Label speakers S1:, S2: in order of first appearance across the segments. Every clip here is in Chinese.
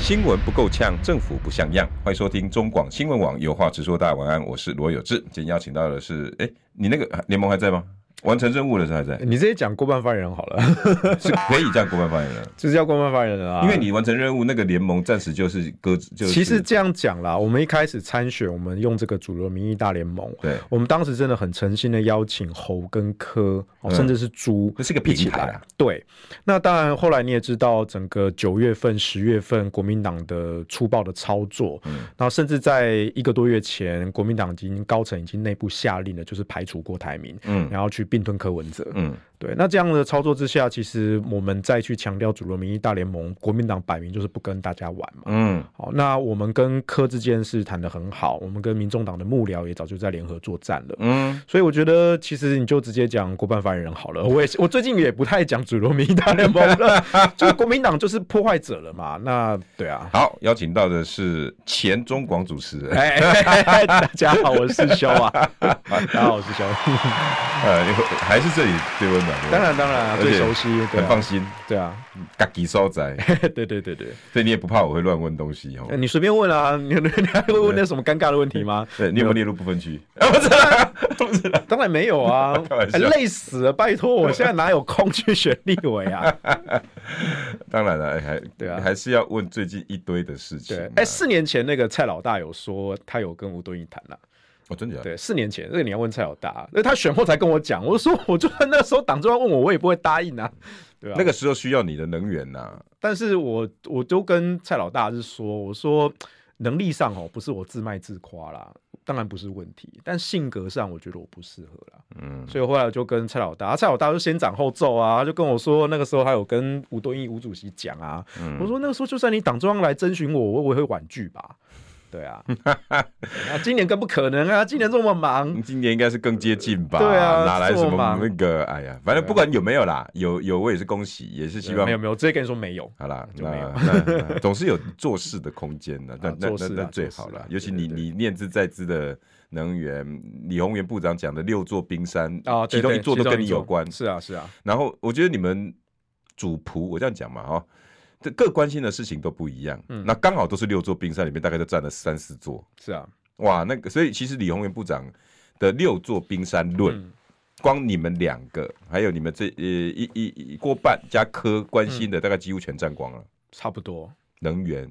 S1: 新闻不够呛，政府不像样。欢迎收听中广新闻网，有话直说。大家晚安，我是罗有志。今天邀请到的是，哎，你那个联盟还在 吗？完成任务的时候还在，
S2: 你直接讲过半发言人好了，
S1: 是可以这样过半发言人，
S2: 就是要过半发言人啊。
S1: 因为你完成任务，那个联盟暂时就是搁置，就是
S2: 其实这样讲啦，我们一开始参选，我们用这个主流民意大联盟，
S1: 对，
S2: 我们当时真的很诚心的邀请猴跟柯，哦
S1: 嗯
S2: 甚至是猪，
S1: 这是个
S2: 一
S1: 平
S2: 起
S1: 台
S2: 来
S1: 啊。
S2: 对，那当然后来你也知道，整个九月份、十月份国民党的粗暴的操作，
S1: 嗯
S2: 然后甚至在一个多月前，国民党已经高层已经内部下令了，就是排除郭台铭，
S1: 嗯
S2: 然后去并吞柯文哲。
S1: 嗯，
S2: 对，那这样的操作之下，其实我们再去强调主流民意大联盟，国民党摆明就是不跟大家玩嘛。
S1: 嗯
S2: 好，那我们跟柯之间是谈得很好，我们跟民众党的幕僚也早就在联合作战了。
S1: 嗯，
S2: 所以我觉得，其实你就直接讲国办发言人好了。我也是我最近也不太讲主流民意大联盟了， 就国民党就是破坏者了嘛。那对啊，
S1: 好，邀请到的是前中广主持人，
S2: 哎，大家好，我是修啊， 大家好，我是修。
S1: 呃，因为还是这里最温暖，对吧
S2: 当然，当然啊，
S1: 而且
S2: 最熟悉，对
S1: 很放
S2: 啊，
S1: 心，
S2: 对啊，
S1: 嘎吉烧仔，
S2: 对对对对。
S1: 所以你也不怕我会乱问东西哦
S2: 呃。你随便问啊，你 你还会问那什么尴尬的问题吗？
S1: 哦哎对，你有没有列入 不分啊区？
S2: 当然没有啊
S1: 开玩，笑
S2: 哎累死了，拜托，我现在哪有空去选立委 啊？
S1: 当然了，哎还
S2: 对啊
S1: 还是要问最近一堆的事情
S2: 对
S1: 啊。，
S2: 哎，四年前那个蔡老大有说他有跟吴敦义谈了，
S1: 哦，真的假的？
S2: 对，四年前这个你要问蔡老大，啊那他选后才跟我讲，我说我就算那时候党中央问我，我也不会答应啊，对吧、
S1: 那个时候需要你的能源呐、
S2: 但是我我都跟蔡老大是说，我说能力上哦，不是我自卖自夸啦，当然不是问题，但性格上我觉得我不适合啦。
S1: 嗯，
S2: 所以后来我就跟蔡老大，啊蔡老大就先斩后奏啊，他就跟我说那个时候还有跟吴敦义吴主席讲啊，
S1: 嗯
S2: 我说那个时候就算你党中央来征询我，我我也会婉拒吧。对 啊，啊，今年更不可能啊，今年这么忙，
S1: 今年应该是更接近吧？
S2: 对啊
S1: 哪来什
S2: 这么
S1: 么
S2: 忙
S1: 那个？哎呀，反正不管有没有啦，有有我也是恭喜，也是希望
S2: 没有没有，我直接跟你说没有。
S1: 好啦，
S2: 就
S1: 那
S2: 没有
S1: 那那总是有做事的空间的，那
S2: 啊
S1: 那
S2: 做
S1: 那
S2: 事啊
S1: 那最
S2: 做事
S1: 好了
S2: 啊。
S1: 尤其
S2: 对
S1: 你
S2: 对
S1: 你念兹在兹的能源，李宏源部长讲的六座冰山
S2: 啊，对
S1: 其中
S2: 对
S1: 一座都
S2: 其中
S1: 跟你有
S2: 座
S1: 关。
S2: 是啊是啊，
S1: 然后我觉得你们主仆，我这样讲嘛，哈、哦，这各关心的事情都不一样。
S2: 嗯
S1: 那刚好都是六座冰山里面，大概都占了三四座。
S2: 是啊，
S1: 哇，那个，所以其实李宏源部长的六座冰山论，
S2: 嗯
S1: 光你们两个，还有你们这呃一一一过半加科关心
S2: 嗯
S1: 的，大概几乎全占光了。
S2: 差不多。
S1: 能源、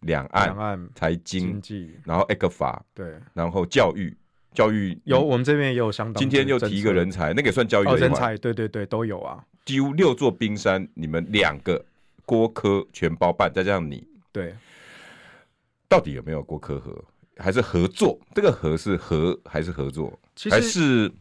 S1: 两
S2: 两
S1: 岸、
S2: 岸
S1: 财
S2: 经
S1: 经，
S2: 济
S1: 然后 e c 法，
S2: 对，
S1: 然后教育，教育
S2: 有我们这边也有相
S1: 嗯
S2: 当。
S1: 今天又提一个人才，那个也算教育
S2: 哦，
S1: 的一
S2: 人
S1: 环。
S2: 才，对对对，都有啊，
S1: 几乎六座冰山，你们两个郭科全包办，再加上你，
S2: 对，
S1: 到底有没有郭科合？还是合作？这个合是合还是合作？
S2: 其
S1: 还
S2: 实
S1: 是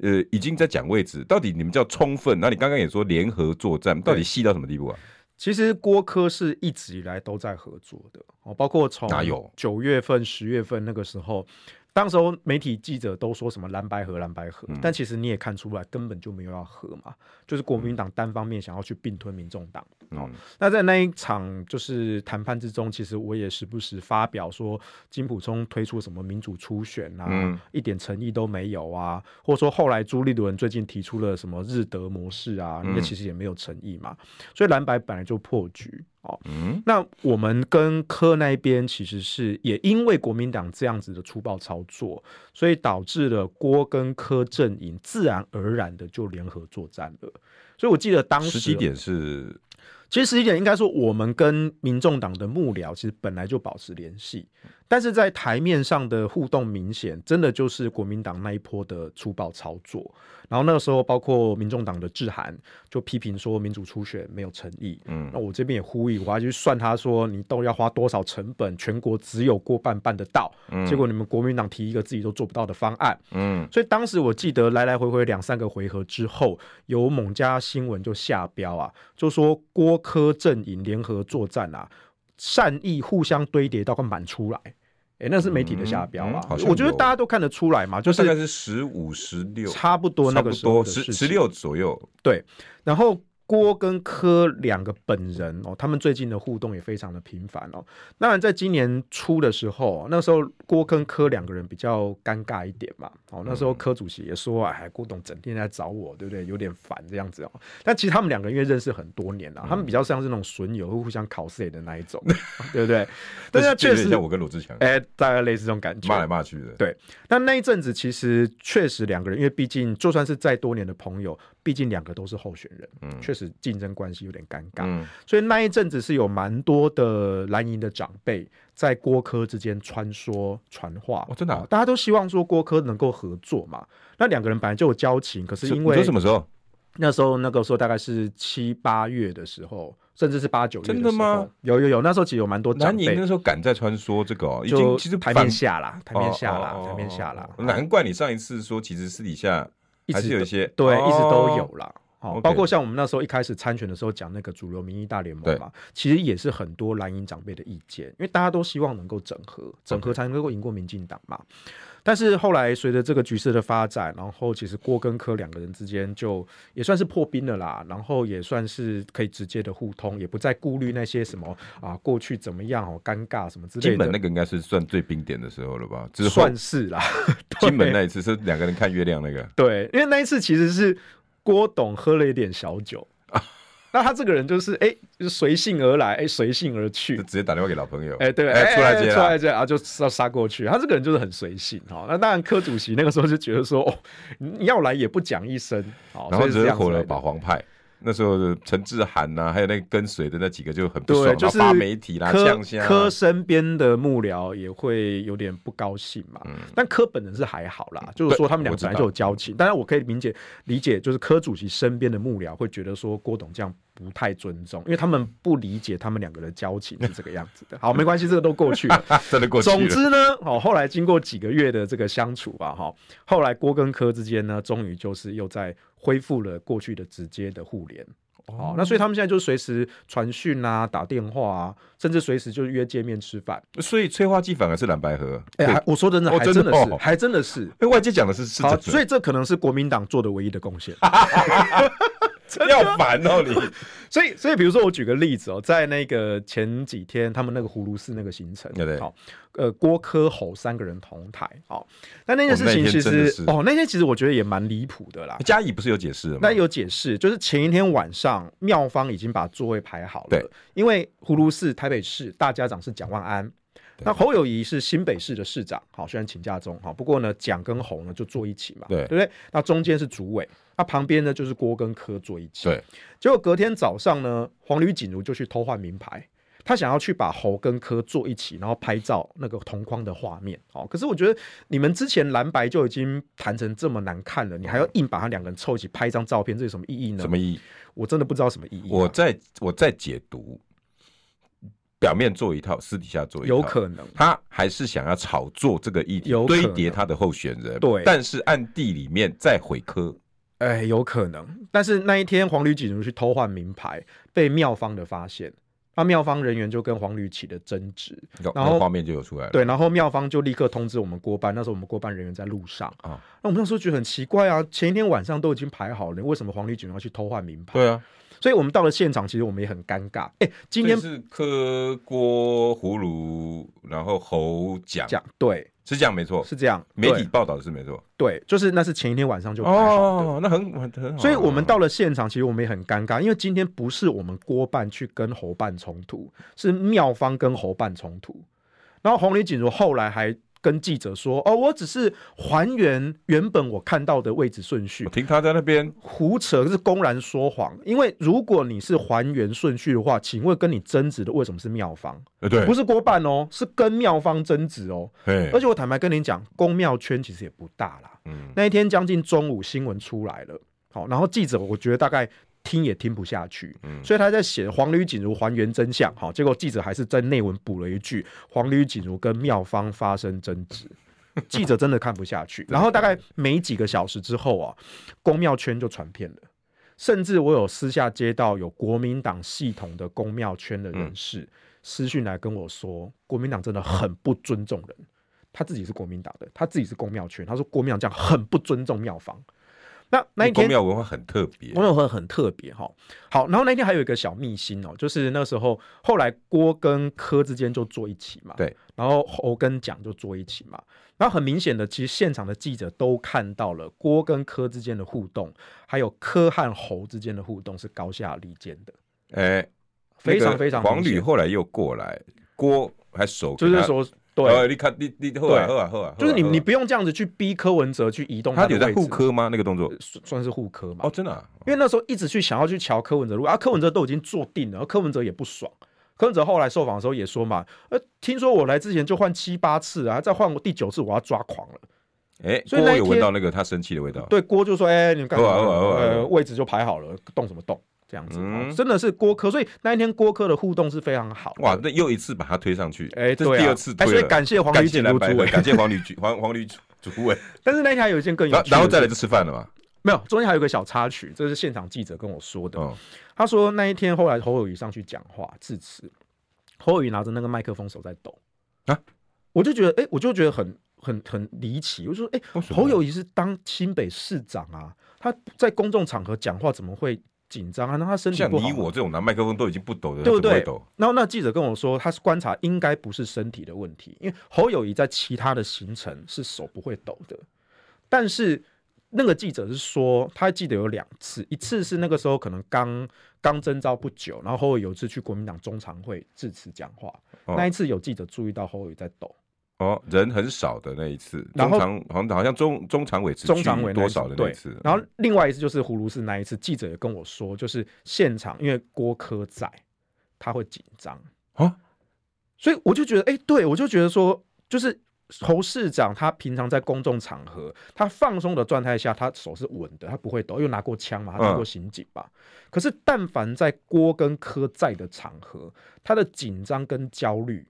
S1: 呃已经在讲位置？到底你们叫充分？那你刚刚也说联合作战，到底细到什么地步啊？
S2: 其实郭科是一直以来都在合作的哦，包括从
S1: 哪有
S2: 九月份、十月份那个时候，当时候媒体记者都说什么蓝白合、蓝白合，
S1: 嗯
S2: 但其实你也看出来根本就没有要合嘛，就是国民党单方面想要去并吞民众党。哦
S1: 嗯，
S2: 那在那一场就是谈判之中，其实我也时不时发表说金普聪推出什么民主初选啊，
S1: 嗯
S2: 一点诚意都没有啊，或者说后来朱立伦最近提出了什么日德模式啊，
S1: 嗯
S2: 那个其实也没有诚意嘛，所以蓝白本来就破局哦。
S1: 嗯
S2: 那我们跟科那一边其实是也因为国民党这样子的粗暴操作，所以导致了郭跟科阵营自然而然的就联合作战了。所以我记得当时啊
S1: 十几点是
S2: 其实十一点应该说，我们跟民众党的幕僚其实本来就保持联系，但是在台面上的互动明显，真的就是国民党那一波的粗暴操作。然后那个时候，包括民众党的志涵就批评说民主初选没有诚意。
S1: 嗯
S2: 那我这边也呼吁，我还去算他说你到底要花多少成本，全国只有过半办得到，结果你们国民党提一个自己都做不到的方案。
S1: 嗯
S2: 所以当时我记得来来回回两三个回合之后，有某家新闻就下标啊，就说郭科阵营联合作战啊，善意互相堆叠到快满出来。哎、哎，那是媒体的下标
S3: 嗯
S2: 啊
S3: 嗯好。像
S2: 我觉得
S3: 有
S2: 大家都看得出来嘛，就
S3: 大概
S2: 是
S3: 是十五、十六，
S2: 差不多那
S3: 差
S2: 个
S3: 不
S2: 时候
S3: 多
S2: 的
S3: 十
S2: 事
S3: 十
S2: 情
S3: 六左右。
S2: 对，然后郭跟柯两个本人哦，他们最近的互动也非常的频繁哦。当然，在今年初的时候，那时候郭跟柯两个人比较尴尬一点嘛。哦，
S3: 嗯
S2: 那时候柯主席也说：“哎，郭董整天来找我，对不对？有点烦这样子哦。”但其实他们两个因为认识很多年了，啊
S3: 嗯
S2: 他们比较像是那种损友，会互相 cos 的那一种，对不对？但是
S3: 那
S2: 确
S3: 有点
S2: 实，
S3: 像我跟罗志祥
S2: 哎，大概类似这种感觉。
S3: 骂来骂去的。
S2: 对但那一阵子其实确实两个人，因为毕竟就算是再多年的朋友，毕竟两个都是候选人，
S3: 嗯
S2: 确实竞争关系有点尴尬，
S3: 嗯，
S2: 所以那一阵子是有蛮多的蓝营的长辈在郭科之间穿梭传话，
S3: 哦真的啊
S2: 大家都希望说郭科能够合作嘛。那两个人本来就有交情，啊可是因
S3: 你
S2: 为
S3: 说什么时候？
S2: 那时候那个时候大概是七八月的时候，甚至是八九月
S3: 真
S2: 时
S3: 的
S2: 候，
S3: 吗
S2: 有有有，那时候其实有蛮多长
S3: 南宁
S2: 辈
S3: 那。时候敢在穿梭这个哦，已经
S2: 就
S3: 其实
S2: 台
S3: 反
S2: 面下啦，台面下啦，
S3: 哦哦哦
S2: 台面下啦
S3: 哦，难怪你上一次说，其实私底下
S2: 一
S3: 还
S2: 直
S3: 是有
S2: 都
S3: 一些
S2: 对，一直都
S3: 哦
S2: 有啦。哦，
S3: OK
S2: 包括像我们那时候一开始参选的时候讲那个主流民意大联盟嘛，其实也是很多蓝营长辈的意见，因为大家都希望能够整合，整合才能够赢过民进党嘛。但是后来随着这个局势的发展，然后其实郭跟柯两个人之间就也算是破冰了啦，然后也算是可以直接的互通，也不再顾虑那些什么啊过去怎么样哦尴尬什么之类的，
S3: 金门那个应该是算最冰点的时候了吧？之后
S2: 算是啦，对
S3: 金门那一次是两个人看月亮那 个，
S2: 对，因为那一次其实是郭董喝了一点小酒，
S3: 啊
S2: 那他这个人就是哎，就是随性而来，哎，随性而去
S3: 就，直接打电话给老朋友，
S2: 哎，对，
S3: 哎，出来接
S2: 出来
S3: 了，
S2: 接，然后就杀杀过去。他这个人就是很随性哈。那当然，柯主席那个时候就觉得说，哦，你要来也不讲一声，好，哦所
S3: 然后
S2: 以是这
S3: 惹
S2: 样
S3: 火
S2: 子来
S3: 了
S2: 的
S3: 保皇派。那时候的陈志涵呐、还有那个跟随的那几个就很不爽，
S2: 对，
S3: 然后
S2: 就是
S3: 发媒体啦、
S2: 柯
S3: 呛虾、啊
S2: 柯身边的幕僚也会有点不高兴嘛。但柯本人是还好啦，就是说他们俩
S3: 嗯我知
S2: 本来
S3: 道
S2: 就有交情。当然，我可以理解理解，就是柯主席身边的幕僚会觉得说郭董这样不太尊重，因为他们不理解他们两个的交情是这个样子的。好，没关系，这个都过去了。
S3: 啊， 真 的过去了。
S2: 总之呢，哦，后来经过几个月的这个相处吧，哈、后来郭跟柯之间呢，终于就是又在恢复了过去的直接的互联。哦，那所以他们现在就随时传讯啊、打电话啊，甚至随时就约见面吃饭。
S3: 所以催化剂反而是蓝白合。
S2: 哎、
S3: 对
S2: 还我说真的，
S3: 哦
S2: 还
S3: 真
S2: 真
S3: 的
S2: 的是，
S3: 哦
S2: 还真的是。
S3: 哎，外界讲的是是
S2: 好，
S3: 真
S2: 所
S3: 的，
S2: 以这可能是国民党做的唯一的贡献。
S3: 要烦 哦你。
S2: 所以，所以比如说，我举个例子哦，在那个前几天他们那个葫芦寺那个行程，
S3: 对对
S2: 好、呃，郭柯侯三个人同台，好、那那件事
S3: 哦那
S2: 情
S3: 天
S2: 其
S3: 真的
S2: 实
S3: 是
S2: 哦，那天其实我觉得也蛮离谱的啦。
S3: 嘉义不是有解释了吗？
S2: 那有解释，就是前一天晚上，妙方已经把座位排好
S3: 对
S2: 了，因为葫芦寺台北市大家长是蒋万安。那侯友谊是新北市的市长，好，虽然请假中，好，不过呢，蒋跟侯呢就坐一起嘛，
S3: 对
S2: 对不对？那中间是主委，那旁边呢就是郭跟柯坐一起，
S3: 对，
S2: 结果隔天早上呢，黄吕锦如就去偷换名牌，他想要去把猴跟柯坐一起，然后拍照那个同框的画面。哦，可是我觉得你们之前蓝白就已经谈成这么难看了，你还要硬把他两个人凑一起拍一张照片，这有什么意义呢？
S3: 什么意义？
S2: 我真的不知道什么意义啊、
S3: 我在我在解读，表面做一套，私底下做一套，
S2: 有可能
S3: 他还是想要炒作这个议题
S2: 有，可
S3: 堆
S2: 能
S3: 叠他的候选人，
S2: 对
S3: 但是暗地里面再回磕，
S2: 哎，有可能。但是那一天黄吕锦如去偷换名牌，被妙方的发现，那妙方人员就跟黄吕起了争执，
S3: 然
S2: 然后
S3: 画面就有出来了。
S2: 对，然后妙方就立刻通知我们郭班，那时候我们郭班人员在路上
S3: 啊
S2: 那我们那时候觉得很奇怪啊，前一天晚上都已经排好了，为什么黄丽锦要去偷换名牌？
S3: 对啊，
S2: 所以我们到了现场，其实我们也很尴尬。哎、今
S3: 今
S2: 天
S3: 天是磕锅葫芦，然后侯奖
S2: 讲对
S3: 是这样没错，
S2: 是这样，
S3: 媒
S2: 对
S3: 体报道的是没错。
S2: 对，就是那是前一天晚上就排好的。
S3: 哦，那很很很好啊。
S2: 所以我们到了现场，其实我们也很尴尬，因为今天不是我们郭办去跟侯办冲突，是妙方跟侯办冲突。然后红林锦如后来还跟记者说：“哦，我只是还原原本我看到的位置顺序
S3: 我，听他在那边
S2: 胡扯是公然说谎，因为如果你是还原顺序的话，请问跟你争执的为什么是妙方，
S3: 呃，对，
S2: 不
S3: 是，
S2: 是郭办哦，是跟妙方争执哦。而且我坦白跟您讲，公庙圈其实也不大啦。
S3: 嗯，
S2: 那一天将近中午，新闻出来了，好，然后记者我觉得大概听也听不下去，
S3: 嗯
S2: 所以他在写黄吕锦如还原真相，好，结果记者还是在内文补了一句黄吕锦如跟妙方发生争执。记者真的看不下去，然后大概没几个小时之后啊，公庙圈就传遍了，甚至我有私下接到有国民党系统的公庙圈的人士、私讯来跟我说，国民党真的很不尊重人，他自己是国民党的，他自己是公庙圈，他说郭庙这样很不尊重庙方。那那一
S3: 公
S2: 天，
S3: 庙文化很特别，
S2: 郭永和很特别哈。好，然后那一天还有一个小秘辛哦，就是那时候后来郭跟柯之间就坐一起嘛，
S3: 对，
S2: 然后侯跟蒋就坐一起嘛。然后很明显的，其实现场的记者都看到了郭跟柯之间的互动，还有柯和侯之间的互动是高下立见的，
S3: 哎、
S2: 非
S3: 那
S2: 常
S3: 个
S2: 非常
S3: 黄
S2: 明
S3: 旅
S2: 显
S3: 后来又过来，郭还手
S2: 就是说
S3: 哦，
S2: 对。
S3: 你看你啊你后来
S2: 对
S3: 后来后来，
S2: 就是你，
S3: 后来
S2: 你不用这样子去逼柯文哲去移动
S3: 呃他
S2: 的
S3: 有在
S2: 位置
S3: 互科吗？那个动作
S2: 算算是互磕嘛。
S3: 哦，真的啊、
S2: 因为那时候一直去想要去瞧柯文哲路，啊，柯文哲都已经坐定了，而柯文哲也不爽。柯文哲后来受访的时候也说嘛，呃，听说我来之前就换七八次啊，再换我第九次我要抓狂了。
S3: 哎，
S2: 所以
S3: 郭
S2: 那一
S3: 有
S2: 天
S3: 闻到那个他生气的味道，
S2: 对，郭就说，哎、你们干嘛？
S3: 哦哦哦哦
S2: 呃，位置就排好了，动什么动？这样子，啊
S3: 嗯
S2: 真的是郭柯，所以那一天郭柯的互动是非常好的。
S3: 哇，那又一次把他推上去，
S2: 哎、
S3: 这
S2: 对
S3: 是
S2: 啊，
S3: 第二次
S2: 哎
S3: 推
S2: 所以
S3: 了，
S2: 感谢黄
S3: 感
S2: 旅
S3: 谢
S2: 锦
S3: 蓝
S2: 如
S3: 白
S2: 主
S3: 会，
S2: 委。
S3: 感 谢黄旅主黄黄旅主主 委，
S2: 但是那一天还有一件更有
S3: 然
S2: 趣的
S3: 然后再来
S2: 是
S3: 就吃饭了嘛，
S2: 没有，中间还有一个小插曲，这是现场记者跟我说的。
S3: 哦，
S2: 他说那一天后来侯友谊上去讲话致辞，侯友谊拿着那个麦克风手在抖
S3: 啊，
S2: 我就觉得哎、诶我就觉得很很很离奇，我就说哎、诶
S3: 为什么
S2: 侯友谊是当新北市长啊，他在公众场合讲话怎么会紧张啊？那他身体
S3: 像
S2: 不好
S3: 你
S2: 吗。
S3: 我这种拿麦克风都已经不抖的，
S2: 对不
S3: 怎么会
S2: 对
S3: 抖？？
S2: 然后那记者跟我说，他是观察应该不是身体的问题，因为侯友谊在其他的行程是手不会抖的，但是那个记者是说，他记得有两次，一次是那个时候可能刚刚征召不久，然后侯友宜有一次去国民党中常会致辞讲话，
S3: 哦
S2: 那一次有记者注意到侯友宜在抖，
S3: 哦，人很少的那一次，
S2: 然后
S3: 中常好像好像中中常委只
S2: 中常委
S3: 去
S2: 那一
S3: 多
S2: 次
S3: 少的那
S2: 对
S3: 一次，
S2: 然后另外一次就是葫芦寺那一次，记者也跟我说，就是现场因为郭科在，他会紧张。
S3: 啊，
S2: 所以我就觉得，哎、对我就觉得说，就是侯市长他平常在公众场合，他放松的状态下，他手是稳的，他不会抖，因为拿过枪嘛，他拿
S3: 嗯
S2: 过刑警吧。可是，但凡在郭跟柯在的场合，他的紧张跟焦虑，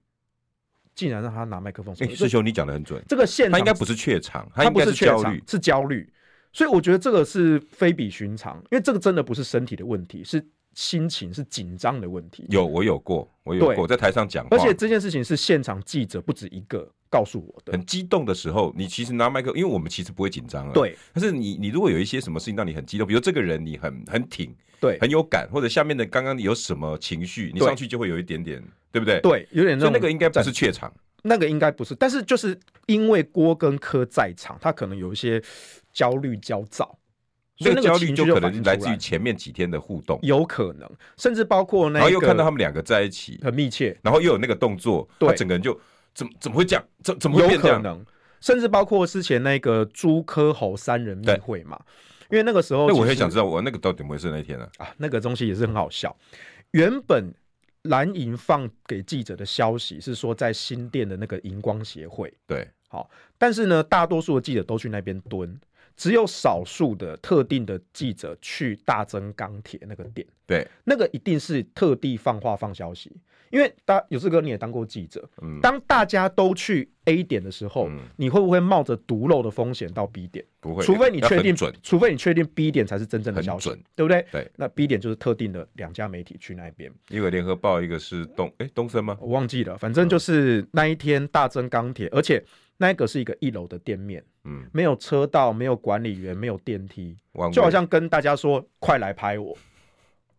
S2: 竟然让他拿麦克风说
S3: 哎，，师兄你讲的很准，
S2: 这个现
S3: 他
S2: 场
S3: 应该不是怯场，他
S2: 他
S3: 应
S2: 不
S3: 该
S2: 是怯
S3: 焦
S2: 场
S3: 虑，
S2: 是焦虑。所以我觉得这个是非比寻常，因为这个真的不是身体的问题，是心情是紧张的问题。
S3: 有我有过，我有
S2: 对
S3: 过在台上讲话，
S2: 而且这件事情是现场记者不止一个告诉我的
S3: 很。激动的时候，你其实拿麦克，因为我们其实不会紧张啊。。
S2: 对
S3: 但是你你如果有一些什么事情让你很激动，比如这个人你很很挺
S2: 对
S3: 很有感，或者下面的刚刚你有什么情绪，你
S2: 对
S3: 上去就会有一点点，对不对？。
S2: 对，有点那
S3: 所以那
S2: 种
S3: 个应该不是怯场，
S2: 那个应该不是，但是就是因为郭跟柯在场，他可能有一些焦虑焦躁，所
S3: 那
S2: 以那
S3: 个焦
S2: 个
S3: 虑
S2: 情
S3: 就
S2: 绪
S3: 可
S2: 反映
S3: 能
S2: 出
S3: 来自于前面几天的互动，
S2: 有可能，甚至包括那
S3: 然后又
S2: 个
S3: 看到他们两个在一起，
S2: 很密切，
S3: 然后又有那个动作，
S2: 对
S3: 他整个人就怎么怎么会这样？怎怎么会
S2: 有
S3: 变这
S2: 可
S3: 样？
S2: 能，甚至包括之前那个朱柯侯三人密
S3: 对
S2: 会嘛，因为那个时候
S3: 那我
S2: 其
S3: 很
S2: 实
S3: 想知道，我那个到底怎么回事那一天呢？
S2: 啊，那个东西也是很好笑。原本蓝营放给记者的消息是说，在新店的那个荧光协会，
S3: 对，
S2: 好，但是呢，大多数的记者都去那边蹲，只有少数的特定的记者去大增钢铁那个店，
S3: 对，
S2: 那个一定是特地放话放消息，因为大有志哥你也当过记者，
S3: 嗯
S2: 当大家都去 A 点的时候，
S3: 嗯
S2: 你会不会冒着毒漏的风险到 B 点？
S3: 不会，
S2: 除非你
S3: 要
S2: 确
S3: 很
S2: 定
S3: 准，，
S2: 除非你确定 B 点才是真正的
S3: 很
S2: 消息
S3: 准，
S2: 对不对？
S3: 对，
S2: 那 B 点就是特定的两家媒体去那边，
S3: 一个联合报，一个是东，哎，东森吗？
S2: 我忘记了，反
S3: 嗯
S2: 正就是那一天大增钢铁，而且那个是一个一楼的店面，
S3: 嗯，
S2: 没有车道，没有管理员，没有电梯，
S3: One
S2: 就好
S3: way
S2: 像跟大家说快来拍我。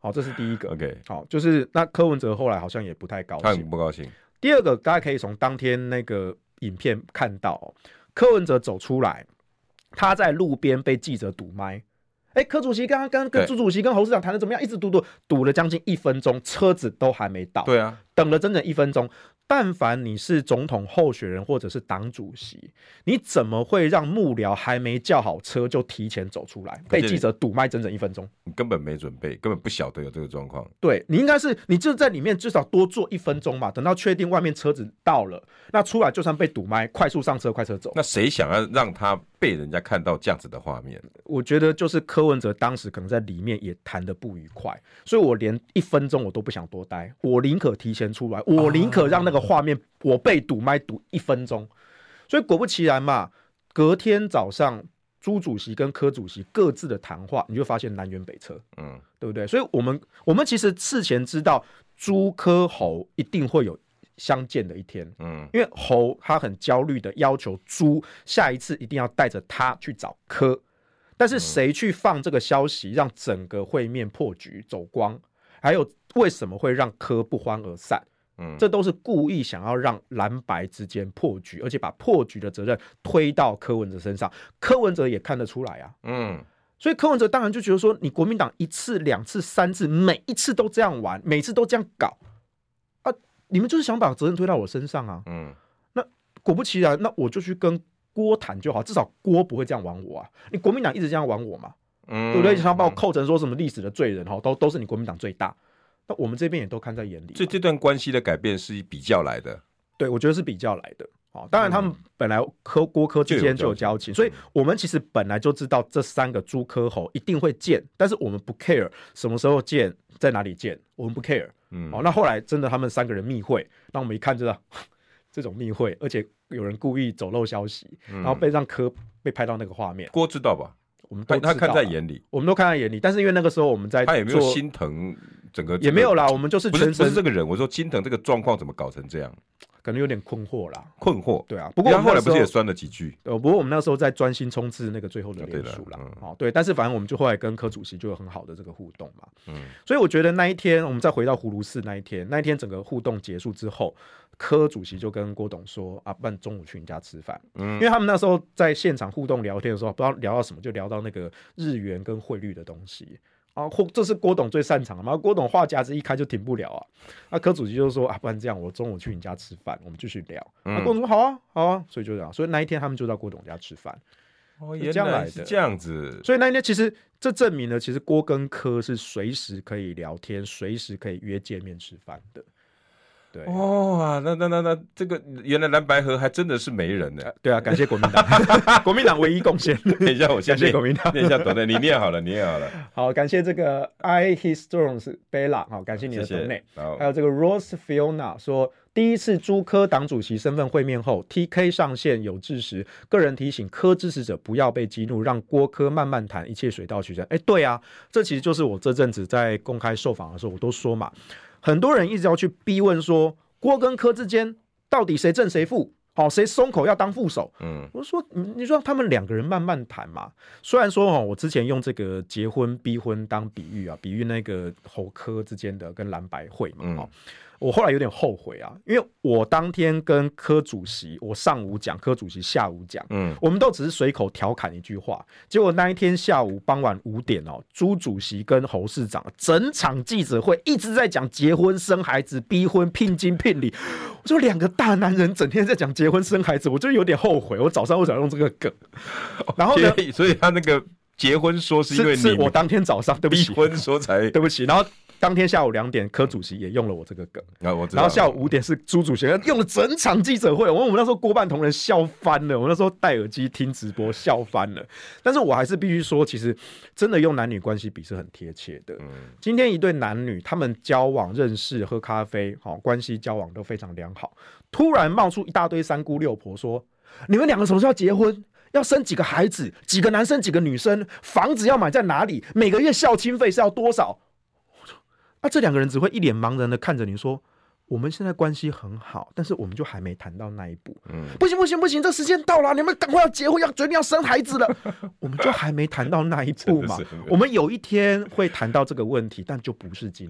S2: 好，这是第一个。
S3: OK，
S2: 好，就是那柯文哲后来好像也不太高
S3: 他
S2: 兴
S3: 很。不高兴。
S2: 第二个，大家可以从当天那个影片看到、哦，柯文哲走出来，他在路边被记者堵麦。哎，柯主席刚刚跟
S3: 对
S2: 跟朱主席跟侯市长谈的怎么样？一直堵堵堵了将近一分钟，车子都还没到。
S3: 对啊，
S2: 等了整整一分钟。但凡你是总统候选人或者是党主席，你怎么会让幕僚还没叫好车就提前走出来，
S3: 可
S2: 被
S3: 是
S2: 记者堵麦整整一分钟？
S3: 你根本没准备，根本不晓得有这个状况。
S2: 对你应该是你就在里面至少多坐一分钟嘛，等到确定外面车子到了，那出来就算被堵麦，快速上车，快车走。
S3: 那谁想要让他被人家看到这样子的画面？
S2: 我觉得就是柯文哲当时可能在里面也谈的不愉快，所以我连一分钟我都不想多待，我宁可提前出来，我宁可让那个画面我被堵麦堵一分钟。所以果不其然嘛，隔天早上朱主席跟柯主席各自的谈话，你就发现南辕北辙，
S3: 嗯，
S2: 对不对？所以我们我们其实事前知道朱柯侯一定会有相见的一天。
S3: 嗯
S2: 因为侯他很焦虑的要求猪下一次一定要带着他去找柯，但是谁去放这个消息，让整个会面破局走光？还有为什么会让柯不欢而散？
S3: 嗯，
S2: 这都是故意想要让蓝白之间破局，而且把破局的责任推到柯文哲身上。柯文哲也看得出来啊，
S3: 嗯
S2: 所以柯文哲当然就觉得说，你国民党一次、两次、三次，每一次都这样玩，每次都这样搞啊，你们就是想把责任推到我身上啊。
S3: 嗯
S2: 果不其然，那我就去跟郭谈就好，至少郭不会这样玩我啊！你国民党一直这样玩我嘛，
S3: 嗯，
S2: 对不对？想要把我扣成说什么历史的罪人哈，都都是你国民党最大。那我们这边也都看在眼里嘛，
S3: 所以这段关系的改变是比较来的，
S2: 对我觉得是比较来的。好，当然他们
S3: 嗯
S2: 本来科郭科之间就有交情，所以我们其实本来就知道这三个朱科侯一定会见，但是我们不 care 什么时候见，在哪里见，我们不 care。
S3: 嗯
S2: 好，那后来真的他们三个人密会，那我们一看知道 这种密会，而且有人故意走漏消息，然
S3: 嗯
S2: 后被让科被拍到那个画面，
S3: 郭知道吧？
S2: 我们
S3: 他
S2: 都
S3: 他
S2: 知道
S3: 看在
S2: 了，
S3: 眼里，
S2: 我们都看在眼里。但是因为那个时候我们在
S3: 他也没有
S2: 做
S3: 心疼整个，
S2: 也没有，啦，我们就是
S3: 不是
S2: 全
S3: 不是
S2: 身
S3: 这个人，我说心疼这个状况怎么搞成这样，
S2: 可能有点困惑啦。
S3: 困惑。
S2: 对啊，不过我
S3: 他
S2: 们
S3: 后
S2: 那
S3: 来
S2: 时
S3: 不是
S2: 候
S3: 也酸了几句？
S2: 呃，不过我们那时候在专心冲刺那个最后的
S3: 啊对
S2: 联
S3: 了
S2: 署啦，
S3: 嗯
S2: 哦，对，但是反正我们就后来跟柯主席就有很好的这个互动嘛，
S3: 嗯，
S2: 所以我觉得那一天，我们再回到葫芦寺那一天，那一天整个互动结束之后，柯主席就跟郭董说啊，不然中午去你家吃饭，
S3: 嗯
S2: 因为他们那时候在现场互动聊天的时候，不知道聊到什么，就聊到那个日元跟汇率的东西。啊，或这是郭董最擅长的嘛？郭董话匣子一开就停不了啊。那、柯主席就说啊，不然这样，我中午去你家吃饭，我们继续聊。
S3: 嗯
S2: 那、郭董说好啊，好啊，所以就这样。所以那一天他们就到郭董家吃饭。
S3: 哦，
S2: 是
S3: 原
S2: 这样来
S3: 来
S2: 的
S3: 是这样子，
S2: 所以那一天其实这证明了，其实郭跟柯是随时可以聊天，随时可以约见面吃饭的。对、
S3: 哦啊，那那那那这个原来蓝白河还真的是没人呢。
S2: 对啊，感谢国民党， 国民党唯一贡 献。
S3: 等一下，我先
S2: 感谢
S3: 念
S2: 国民党
S3: 念一下，等等，你念好了，你念好了，
S2: 好，感谢这个 I Historians Bella，好，感谢 你
S3: 谢
S2: 的
S3: 谢
S2: 抖内。。
S3: 然后
S2: 还有这个 Rose Fiona 说，第一次朱科党主席身份会面后，TK 上线有志时，个人提醒科支持者不要被激怒，让郭科慢慢谈，一切水到渠成。哎，对啊，这其实就是我这阵子在公开受访的时候，我都说嘛，很多人一直要去逼问说，郭跟科之间到底谁正谁负，好、谁松口要当副手，
S3: 嗯
S2: 我说，你你说他们两个人慢慢谈嘛。虽然说哦，我之前用这个结婚逼婚当比喻啊，比喻那个侯科之间的跟蓝白会嘛。
S3: 嗯
S2: 哦，我后来有点后悔啊，因为我当天跟柯主席，我上午讲，柯主席下午讲。
S3: 嗯
S2: 我们都只是随口调侃一句话，结果那一天下午傍晚五点哦，朱主席跟侯市长整场记者会一直在讲结婚、生孩子、逼婚、聘金、聘礼，我就两个大男人整天在讲结婚、生孩子，我就有点后悔，我早上为什么要用这个梗？然后呢，
S3: 所以所以他那个结婚说哦是因为
S2: 是是
S3: 你
S2: 我当天早上，对不
S3: 逼
S2: 起，
S3: 婚说才
S2: 对不起，然后当天下午两点，柯主席也用了我这个梗。
S3: 啊，我知道。
S2: 然后下午五点是朱主席用了整场记者会，我们我们那时候郭办同仁笑翻了，我们那时候戴耳机听直播笑翻了。但是我还是必须说，其实真的用男女关系比是很贴切的。
S3: 嗯
S2: 今天一对男女，他们交往、认识、喝咖啡，好、关系交往都非常良好，突然冒出一大堆三姑六婆说：“你们两个什么时候要结婚？”要生几个孩子？几个男生？几个女生？房子要买在哪里？每个月孝亲费是要多少？那、这两个人只会一脸茫然的看着你说：“我们现在关系很好，但是我们就还没谈到那一步。
S3: 嗯
S2: 不行不行不行，这时间到了，你们赶快要结婚，要决定要生孩子了。我们就还没谈到那一步嘛
S3: 真的是。
S2: 我们有一天会谈到这个问题，但就不是今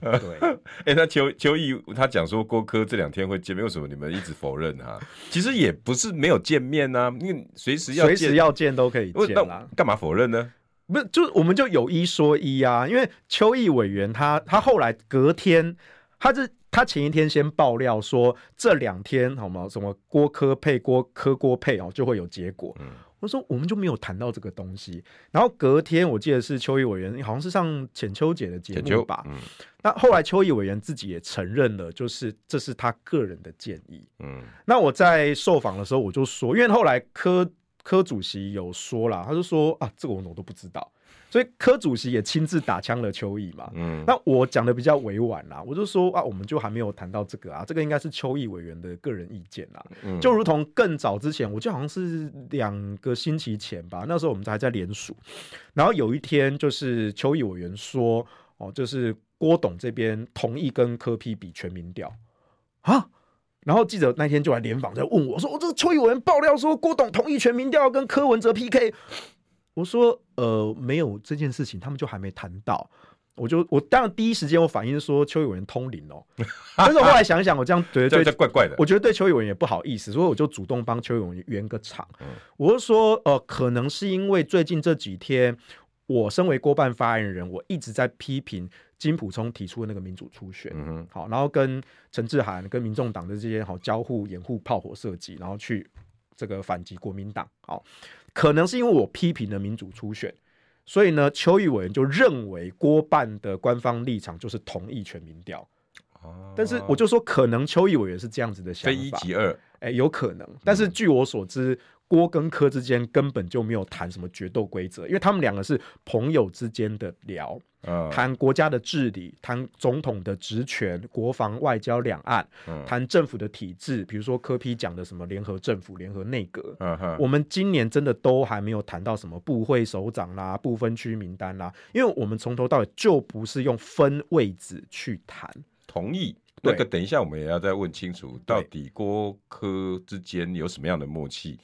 S2: 天。对，
S3: 哎、那邱邱毅他讲说郭柯这两天会见面，为什么你们一直否认他？其实也不是没有见面呐、因为随时 要
S2: 随
S3: 见，
S2: 时要见都可以
S3: 我
S2: 见啦
S3: 那。干嘛否认呢？
S2: 不是，就是我们就有一说一啊，因为邱毅委员他他后来隔天，他是他前一天先爆料说这两天好吗？什么郭科配郭科郭配哦，就会有结果。
S3: 嗯
S2: 我说我们就没有谈到这个东西，然后隔天我记得是邱毅委员，好像是上浅秋姐的节
S3: 浅
S2: 目
S3: 秋
S2: 吧。
S3: 嗯
S2: 那后来邱毅委员自己也承认了，就是这是他个人的建议。
S3: 嗯
S2: 那我在受访的时候，我就说，因为后来柯柯主席有说啦，他就说啊，这个我我都不知道，所以柯主席也亲自打枪了邱毅嘛。
S3: 嗯，
S2: 那我讲的比较委婉啦，我就说啊，我们就还没有谈到这个啊，这个应该是邱毅委员的个人意见啦。
S3: 嗯
S2: 就如同更早之前，我记得好像是两个星期前吧，那时候我们还在联署，然后有一天就是邱毅委员说，哦，就是郭董这边同意跟柯批比全民调啊，然后记者那天就来联访，在问我说：“我、这个邱毅委员爆料说郭董同意全民调跟柯文哲 PK。”我说：“呃，没有这件事情，他们就还没谈到。”我就我当然第一时间我反应说邱毅委员通灵 哦，但是我后来想一想，我这样觉得
S3: 这
S2: 对
S3: 样这样怪怪的。
S2: 我觉得对邱永元也不好意思，所以我就主动帮邱永元圆个场。
S3: 嗯
S2: 我是说，呃，可能是因为最近这几天，我身为郭办发言人，我一直在批评金普聪提出的那个民主初选。
S3: 嗯哼，
S2: 好，然后跟陈志涵、跟民众党的这些好交互掩护炮火射击，然后去这个反击国民党。好，可能是因为我批评了民主初选，所以呢，邱毅委员就认为郭办的官方立场就是同意全民调。
S3: 哦
S2: 但是我就说，可能邱毅委员是这样子的想
S3: 非一
S2: 法，
S3: 即二，
S2: 哎、有可能。但
S3: 嗯
S2: 是据我所知，郭跟柯之间根本就没有谈什么决斗规则，因为他们两个是朋友之间的聊，
S3: 嗯，
S2: 谈国家的治理，谈总统的职权、国防、外交、两岸，
S3: 嗯
S2: 谈政府的体制，比如说柯批讲的什么联合政府、联合内阁。
S3: 嗯哼，
S2: 我们今年真的都还没有谈到什么部会首长啦、部分区名单啦，因为我们从头到尾就不是用分位置去谈。
S3: 同意。
S2: 对
S3: 那个等一下我们也要再问清楚，到底郭柯之间有什么样的默契？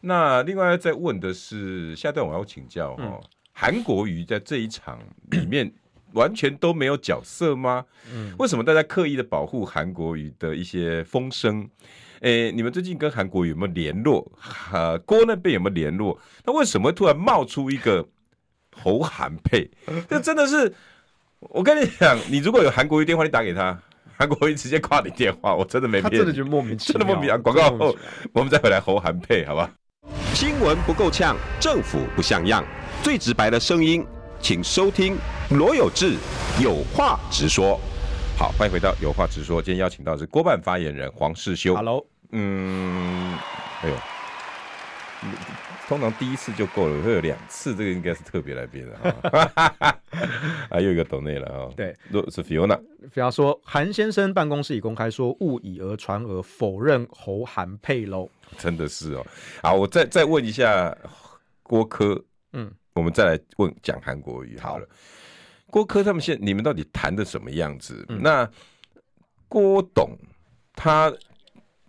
S3: 那另外再问的是，下一段我要请教哦，韩国瑜在这一场里面完全都没有角色吗？
S2: 嗯
S3: 为什么大家刻意的保护韩国瑜的一些风声？诶，你们最近跟韩国瑜有没有联络？呃，郭那边有没有联络？那为什么突然冒出一个侯韩 配？这真的是，我跟你讲，你如果有韩国瑜电话，你打给他，韩国瑜直接挂你电话，我真的没
S2: 他
S3: 骗
S2: 真的
S3: 你
S2: 觉。得莫名其
S3: 真
S2: 妙，
S3: 的莫名其妙广告
S2: 真的莫名其妙
S3: 我们再回来侯韩配，好吧？
S1: 新闻不够呛，政府不像样，最直白的声音，请收听罗有志有话直说。
S3: 好，欢迎回到有话直说。今天邀请到的是郭办发言人黄世修。
S2: Hello，
S3: 嗯，哎呦，通常第一次就够了，会有两次，这个应该是特别来宾了啊。 啊，又一个抖内了啊。
S2: 对，
S3: 若是 Fiona，
S2: 比方说韩先生办公室已公开说勿以讹传讹，否认侯韩配喽。
S3: 真的是哦。好，我再再问一下郭科，
S2: 嗯，
S3: 我们再来问讲韩国语好了。郭科他们现你们到底谈的什么样子？
S2: 嗯
S3: 那郭董他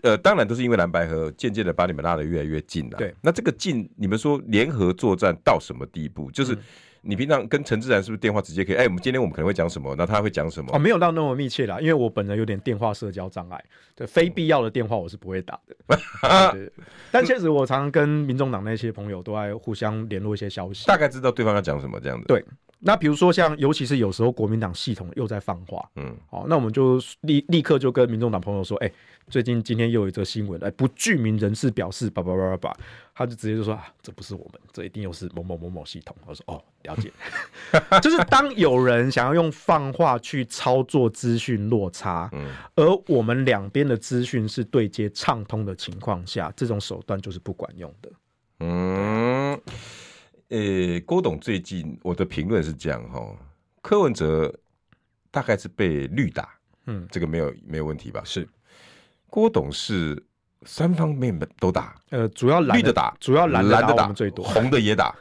S3: 呃，当然都是因为蓝白河渐渐的把你们拉得越来越近了。啊
S2: 对，
S3: 那这个近，你们说联合作战到什么地步？就是。
S2: 嗯
S3: 你平常跟陈志然是不是电话直接可以？哎、我们今天我们可能会讲什么？那他会讲什么？
S2: 哦，没有到那么密切啦，因为我本人有点电话社交障碍，对非必要的电话我是不会打的。对对对但确实，我常常跟民众党那些朋友都在互相联络一些消息。
S3: 大概知道对方要讲什么这样子。
S2: 对那比如说像，尤其是有时候国民党系统又在放话，
S3: 嗯，
S2: 好，那我们就立立刻就跟民众党朋友说，哎、最近今天又有一则新闻，哎、不具名人士表示，叭叭叭叭叭，他就直接就说啊，这不是我们，这一定又是某某某某系统。我说哦，了 解， 就是当有人想要用放话去操作资讯落差，
S3: 嗯
S2: 而我们两边的资讯是对接畅通的情况下，这种手段就是不管用的。
S3: 嗯，呃，郭董最近我的评论是这样哈，柯文哲大概是被绿打，
S2: 嗯，
S3: 这个没有没有问题吧？
S2: 是，
S3: 郭董是三方面都打，
S2: 呃，主要蓝
S3: 绿的打
S2: 主要蓝的
S3: 蓝的
S2: 打我
S3: 打
S2: 们最多，
S3: 红的也 打，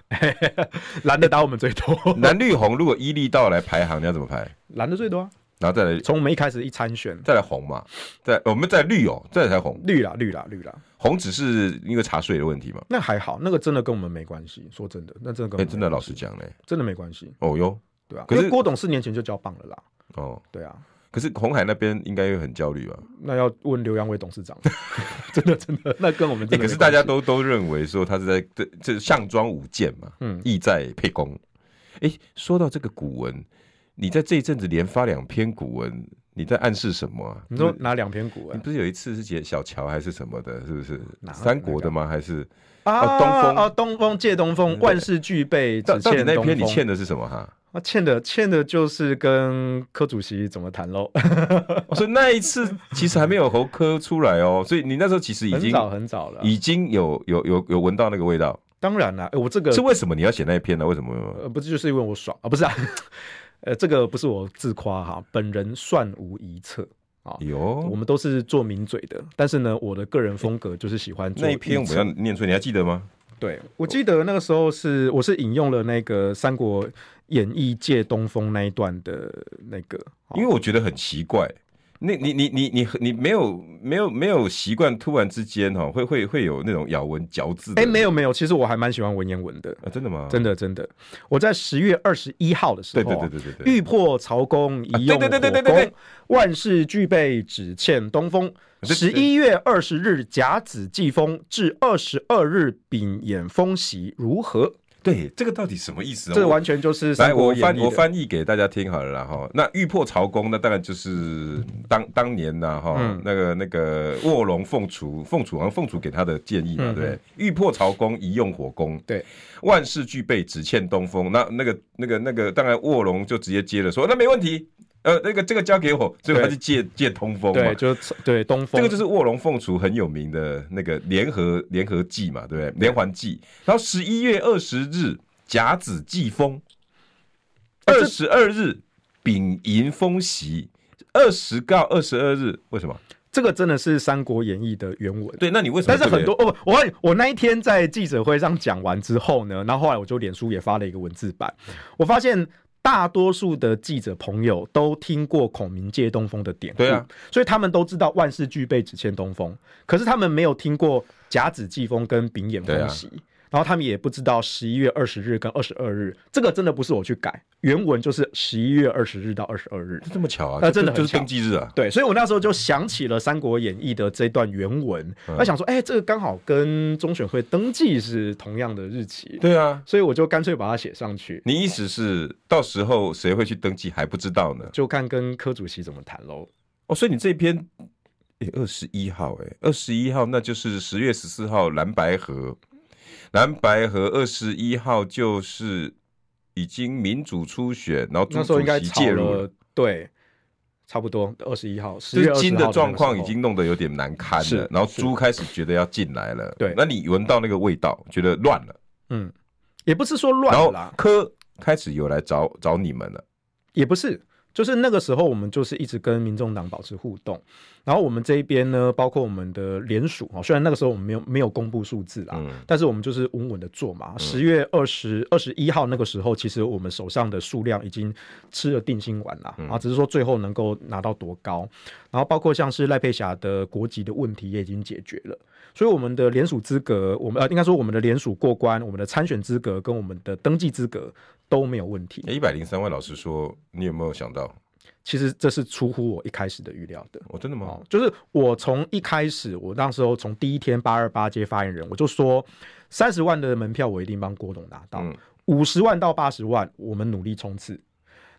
S2: 蓝的打我们最 多，
S3: 蓝绿红如果依力道来排行，你要怎么排？
S2: 蓝的最多啊。
S3: 然后再来
S2: 从我们一开始一参选，
S3: 再来红嘛，再我们再绿哦，再来才红，
S2: 绿啦绿啦绿啦，
S3: 红只是因为茶税的问题嘛。
S2: 那还好，那个真的跟我们没关系。说真的，那真的跟
S3: 哎、
S2: 我们
S3: 真的
S2: 没
S3: 老
S2: 关系
S3: 实讲嘞，
S2: 真的没关系，
S3: 哦哟，
S2: 对啊。
S3: 可是
S2: 因为郭董四年前就交棒了啦，
S3: 哦，
S2: 对啊。
S3: 可是红海那边应该会很焦虑吧？
S2: 那要问刘阳伟董事 长，真的真的，那跟我们真的
S3: 欸可
S2: 没关系、
S3: 是大家都都认为说他是在这这项庄舞剑嘛，
S2: 嗯
S3: 意在沛公。哎、说到这个古文，你在这一阵子连发两篇古文，你在暗示什么啊？
S2: 你说拿两篇股哎
S3: 你
S2: 文
S3: 不是有一次是写小乔还是什么的，是不是
S2: 哪
S3: 三国的吗？还是
S2: 啊
S3: 哦东风嗯
S2: 啊，东风借东风，万事俱备，
S3: 到
S2: 只
S3: 到底
S2: 欠
S3: 那
S2: 东
S3: 篇
S2: 风。
S3: 你欠的是什么哈？
S2: 啊，欠的欠的就是跟柯主席怎么谈喽，
S3: 哦所以那一次其实还没有侯科出来哦，所以你那时候其实已
S2: 很
S3: 经
S2: 早很早了。
S3: 已经有有有有闻到那个味道，
S2: 当然啦，哎我这个
S3: 是为什么你要写那一篇呢？为什么？
S2: 呃，不是，就是因为我爽啊，不是啊，呃，这个不是我自夸哈，本人算无一策啊。我
S3: 哟，
S2: 们都是做名嘴的，但是呢，我的个人风格就是喜欢做
S3: 那一篇我
S2: 臆测
S3: 们要念出来，你还记得吗？
S2: 对，我记得那个时候是我是引用了那个《三国演义》借东风那一段的那个，哦
S3: 因为我觉得很奇怪，那你你你你你没有没有没有习惯，突然之间哈、哦，会会会有那种咬文嚼字的。
S2: 哎、没有没有，其实我还蛮喜欢文言文的，
S3: 啊，真的吗？
S2: 真
S3: 的，
S2: 的真的。我在十月二十一号的时
S3: 对
S2: 候
S3: 对
S2: 啊、
S3: 对对对对。
S2: 欲破曹公，
S3: 啊
S2: 一用
S3: 对对对对
S2: 火
S3: 对对啊
S2: 攻，万事俱备，只欠东风。
S3: 对
S2: 十
S3: 对
S2: 一月二十日甲子季风，至二十二日丙寅风习如何？
S3: 对，这个到底什么意思、啊？
S2: 这
S3: 我
S2: 完全就是
S3: 来，
S2: 三国
S3: 我
S2: 演
S3: 翻
S2: 义
S3: 我
S2: 的
S3: 翻译给大家听好了啦哈。那欲破曹公，那当然就是当当年呐哈、
S2: 嗯
S3: 那个那个卧龙凤雏，凤雏好像凤雏给他的建议嘛，
S2: 嗯
S3: 对不对？欲破曹公，宜用火攻。
S2: 对，
S3: 万事俱备，只欠东风。那那个那个那个，当然卧龙就直接接了说，那没问题，呃，那个这个交给我，所以
S2: 对
S3: 他就借借通风嘛
S2: 对，。就是对东风，
S3: 这个就是卧龙凤雏很有名的那个联合联合计嘛，对不对？连环计。然后十一月二十日甲子季风，
S2: 哎
S3: 二
S2: 这
S3: 十二日丙寅风习，二十到二十二日为什么？
S2: 这个真的是《三国演义》的原文。
S3: 对，那你为什么
S2: 但
S3: 特
S2: 是
S3: 别？
S2: 很多哦，我我那一天在记者会上讲完之后呢，然后后来我就脸书也发了一个文字版，
S3: 嗯
S2: 我发现大多数的记者朋友都听过孔明借东风的典故，
S3: 对啊，
S2: 所以他们都知道万事俱备只欠东风，可是他们没有听过甲子季风跟丙寅
S3: 对啊
S2: 风习。然后他们也不知道十一月二十日跟二十二日，这个真的不是我去改，原文就是十一月二十日到二十二日。
S3: 这么巧啊？
S2: 那
S3: 就
S2: 真的
S3: 就
S2: 很
S3: 就是登记日啊。
S2: 对，所以我那时候就想起了《三国演义》的这段原文，
S3: 嗯
S2: 那、想说，哎、这个刚好跟中选会登记是同样的日期，
S3: 对啊，
S2: 所以我就干脆把它写上去，
S3: 你意思是到时候谁会去登记还不知道呢？
S2: 就看跟柯主席怎么谈喽。
S3: 哦，所以你这篇。二十一号、诶哎，二十一号，那就是十月十四号蓝白河，蓝白河二十一号就是已经民主初选，然后
S2: 那
S3: 朱
S2: 时候应
S3: 主
S2: 该
S3: 席
S2: 吵
S3: 介入
S2: 了，对，差不多二十一号，十
S3: 就
S2: 月20
S3: 是金
S2: 号
S3: 的
S2: 那
S3: 状
S2: 个
S3: 况
S2: 时
S3: 已
S2: 候
S3: 经弄得有点难堪了
S2: 是，
S3: 然后
S2: 是
S3: 猪开始觉得要进来了，
S2: 对
S3: 那你闻到那个味道，觉得乱了，
S2: 嗯，也不是说
S3: 然
S2: 乱
S3: 后
S2: 啦，
S3: 科开始有来找找你们了，
S2: 也不是，就是那个时候我们就是一直跟民众党保持互动，然后我们这一边呢，包括我们的联署哦，虽然那个时候我们没有没有公布数字啦，
S3: 嗯
S2: 但是我们就是稳稳的做嘛。十月二十二十一号那个时候，其实我们手上的数量已经吃了定心丸啦，啊，只是说最后能够拿到多高，然后包括像是赖佩霞的国籍的问题也已经解决了。所以我们的联署资格，我们呃应该说我们的联署过关，我们的参选资格跟我们的登记资格都没有问题。
S3: 一百零三万，老实说，你有没有想到？
S2: 其实这是出乎我一开始的预料的。
S3: 哦，真的吗？
S2: 哦，就是我从一开始，我那时候从第一天八二八街发言人，我就说三十万的门票我一定帮郭董拿到
S3: 嗯，
S2: 五十、万到八十万我们努力冲刺。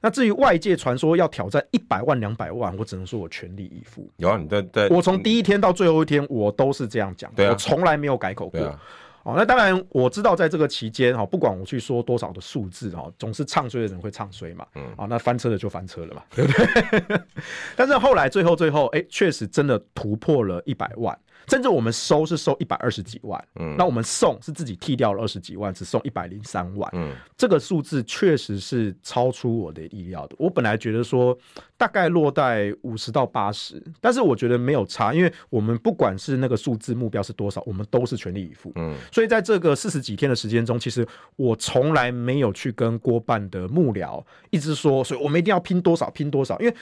S2: 那至于外界传说要挑战一百万、两百万，我只能说我全力以赴。
S3: 有啊，你在在
S2: 我从第一天到最后一天，我都是这样讲，
S3: 对啊
S2: 我从来没有改口过
S3: 对。啊，
S2: 哦，那当然，我知道在这个期间哦哈，不管我去说多少的数字哈，总是唱衰的人会唱衰嘛，嗯，啊，那翻车的就翻车了嘛，对不对？ 但是后来最后最后，哎、确实真的突破了一百万，甚至我们收是收一百二十几万，嗯，那我们送是自己剃掉了二十几万，只送一百零三万，
S3: 嗯，
S2: 这个数字确实是超出我的意料的。我本来觉得说大概落在五十到八十，但是我觉得没有差，因为我们不管是那个数字目标是多少，我们都是全力以赴。
S3: 嗯，
S2: 所以在这个四十几天的时间中，其实我从来没有去跟郭办的幕僚一直说，所以我们一定要拼多少拼多少，因为。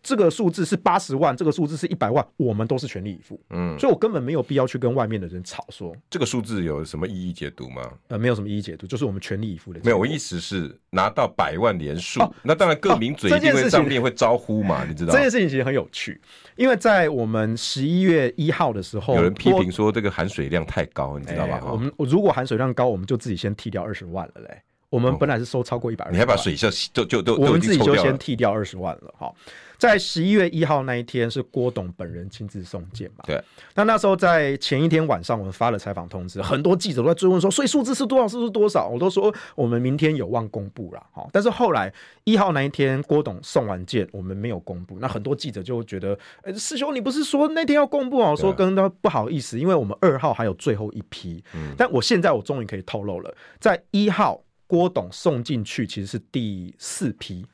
S2: 这个数字是八十万，这个数字是一百万，我们都是全力以赴，
S3: 嗯
S2: 所以我根本没有必要去跟外面的人吵说，
S3: 这个数字有什么意义解读吗？
S2: 呃，没有什么意义解读，就是我们全力以赴的结果。
S3: 没有，我意思是拿到百万连数，
S2: 哦
S3: 那当然各名嘴
S2: 哦
S3: 一
S2: 这
S3: 定
S2: 件
S3: 会
S2: 事情
S3: 上面会招呼 嘛，你知道
S2: 这？件事情其实很有趣，因为在我们十一月一号的时候，
S3: 有人批
S2: 郭
S3: 评说这个含水量太高，你知道吧？
S2: 哎
S3: 哈
S2: 我们我如果含水量高，我们就自己先剔掉二十万了嘞。我们本来是收超过一百二，
S3: 哦你还把水就就就都
S2: 我
S3: 都
S2: 们
S3: 已
S2: 自己
S3: 经抽
S2: 就
S3: 掉
S2: 先
S3: 了，
S2: 剔掉二十万了。哈，在十一月一号那一天是郭董本人亲自送件嘛？
S3: 对。
S2: 那那时候在前一天晚上，我们发了采访通知，很多记者都在追问说，所以数字是多少？数字是多少？我都说我们明天有望公布啦。哈，但是后来一号那一天，郭董送完件，我们没有公布。那很多记者就觉得，呃，师兄你不是说那天要公布哦？我
S3: 啊
S2: 说跟他不好意思，因为我们二号还有最后一批。但我现在我终于可以透露了，在一号郭董送进去其实是第四批。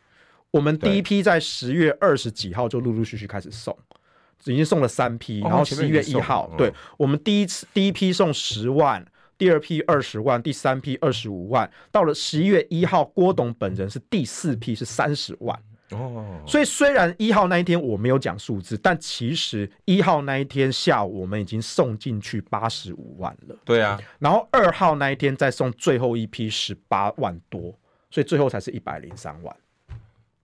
S2: 我们第一批在十月二十几号就陆陆续续开始送，已经送了三批，
S3: 哦
S2: 然后
S3: 前
S2: 十
S3: 面
S2: 一
S3: 已
S2: 月
S3: 经
S2: 一
S3: 送了
S2: 号，
S3: 嗯
S2: 对我们第一次第一批送十万。第二批二十万，第三批二十五万，到了十一月一号，郭董本人是第四批是三十万，
S3: 哦，
S2: 所以虽然一号那一天我没有讲数字，但其实一号那一天下午我们已经送进去八十五万了，
S3: 对啊，
S2: 然后二号那一天再送最后一批十八万多，所以最后才是一百零三万。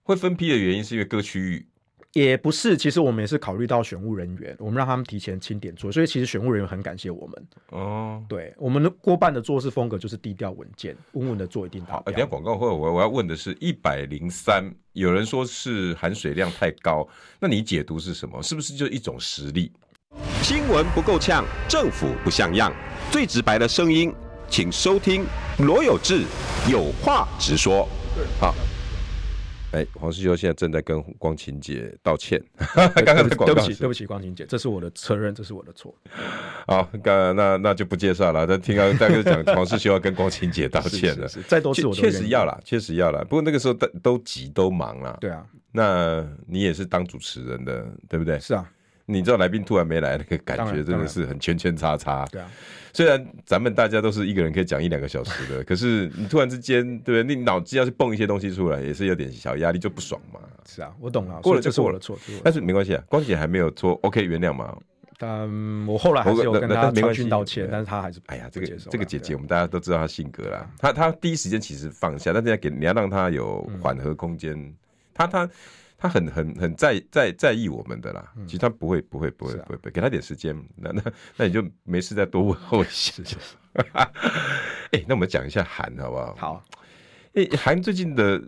S3: 会分批的原因是因为各区域
S2: 也不是，其实我们也是考虑到选务人员，我们让他们提前清点做，所以其实选务人员很感谢我们。
S3: 哦。
S2: 对我们的过半的做事风格就是低调稳健，稳稳的做一定达
S3: 好，呃等一下
S2: 标。
S3: 广告会，我我要问的是，一百零三，有人说是含水量太高，那你解读是什么？是不是就一种实力？
S1: 新闻不够呛，政府不像样，最直白的声音，请收听罗有志有话直说。
S3: 哎，黄世修现在正在跟光晴姐道歉，
S2: 对
S3: 刚刚
S2: 对
S3: 的
S2: 不起对
S3: 呃广告
S2: 不
S3: 是
S2: 起，对不起，光晴姐，这是我的责任，这是我的错。
S3: 好，那那那就不介绍了。但听到大哥讲，黄世修要跟光晴姐道歉了，
S2: 是是是再多次
S3: 确
S2: 我都
S3: 确
S2: 愿
S3: 实
S2: 意
S3: 要啦，确实要啦。不过那个时候都都急都忙啦。
S2: 对啊，
S3: 那你也是当主持人的，对不对？
S2: 是啊，
S3: 你知道来宾突然没来，那个感
S2: 当然
S3: 觉真的是很圈圈叉叉。
S2: 对啊，
S3: 虽然咱们大家都是一个人可以讲一两个小时的，可是你突然之间，对不对？你脑子要是蹦一些东西出来，也是有点小压力，就不爽嘛。
S2: 是啊，我懂了，所
S3: 过了
S2: 以
S3: 就
S2: 这是我
S3: 过
S2: 的
S3: 了
S2: 错。这是我的
S3: 但是没关系啊，光姐还没有说 OK 原谅嘛。
S2: 错但嗯我后来还是有
S3: 不过呃
S2: 跟
S3: 那那
S2: 他
S3: 那
S2: 传
S3: 没关系
S2: 讯道歉，
S3: 对
S2: 但是他还是
S3: 哎呀，
S2: 不
S3: 这个
S2: 接受啦
S3: 这个姐姐，
S2: 对啊
S3: 我们大家都知道她性格啦。她她第一时间其实放下，但是要给你要让她有缓和空间。
S2: 嗯
S3: 她她她很很很在在在意我们的啦。其实她不会不会不会
S2: 嗯是啊
S3: 不会不会，给她点时间。那那那你就没事再多问候一下。 哎，那我们讲一下韩好不好？
S2: 好，
S3: 哎，韩最近的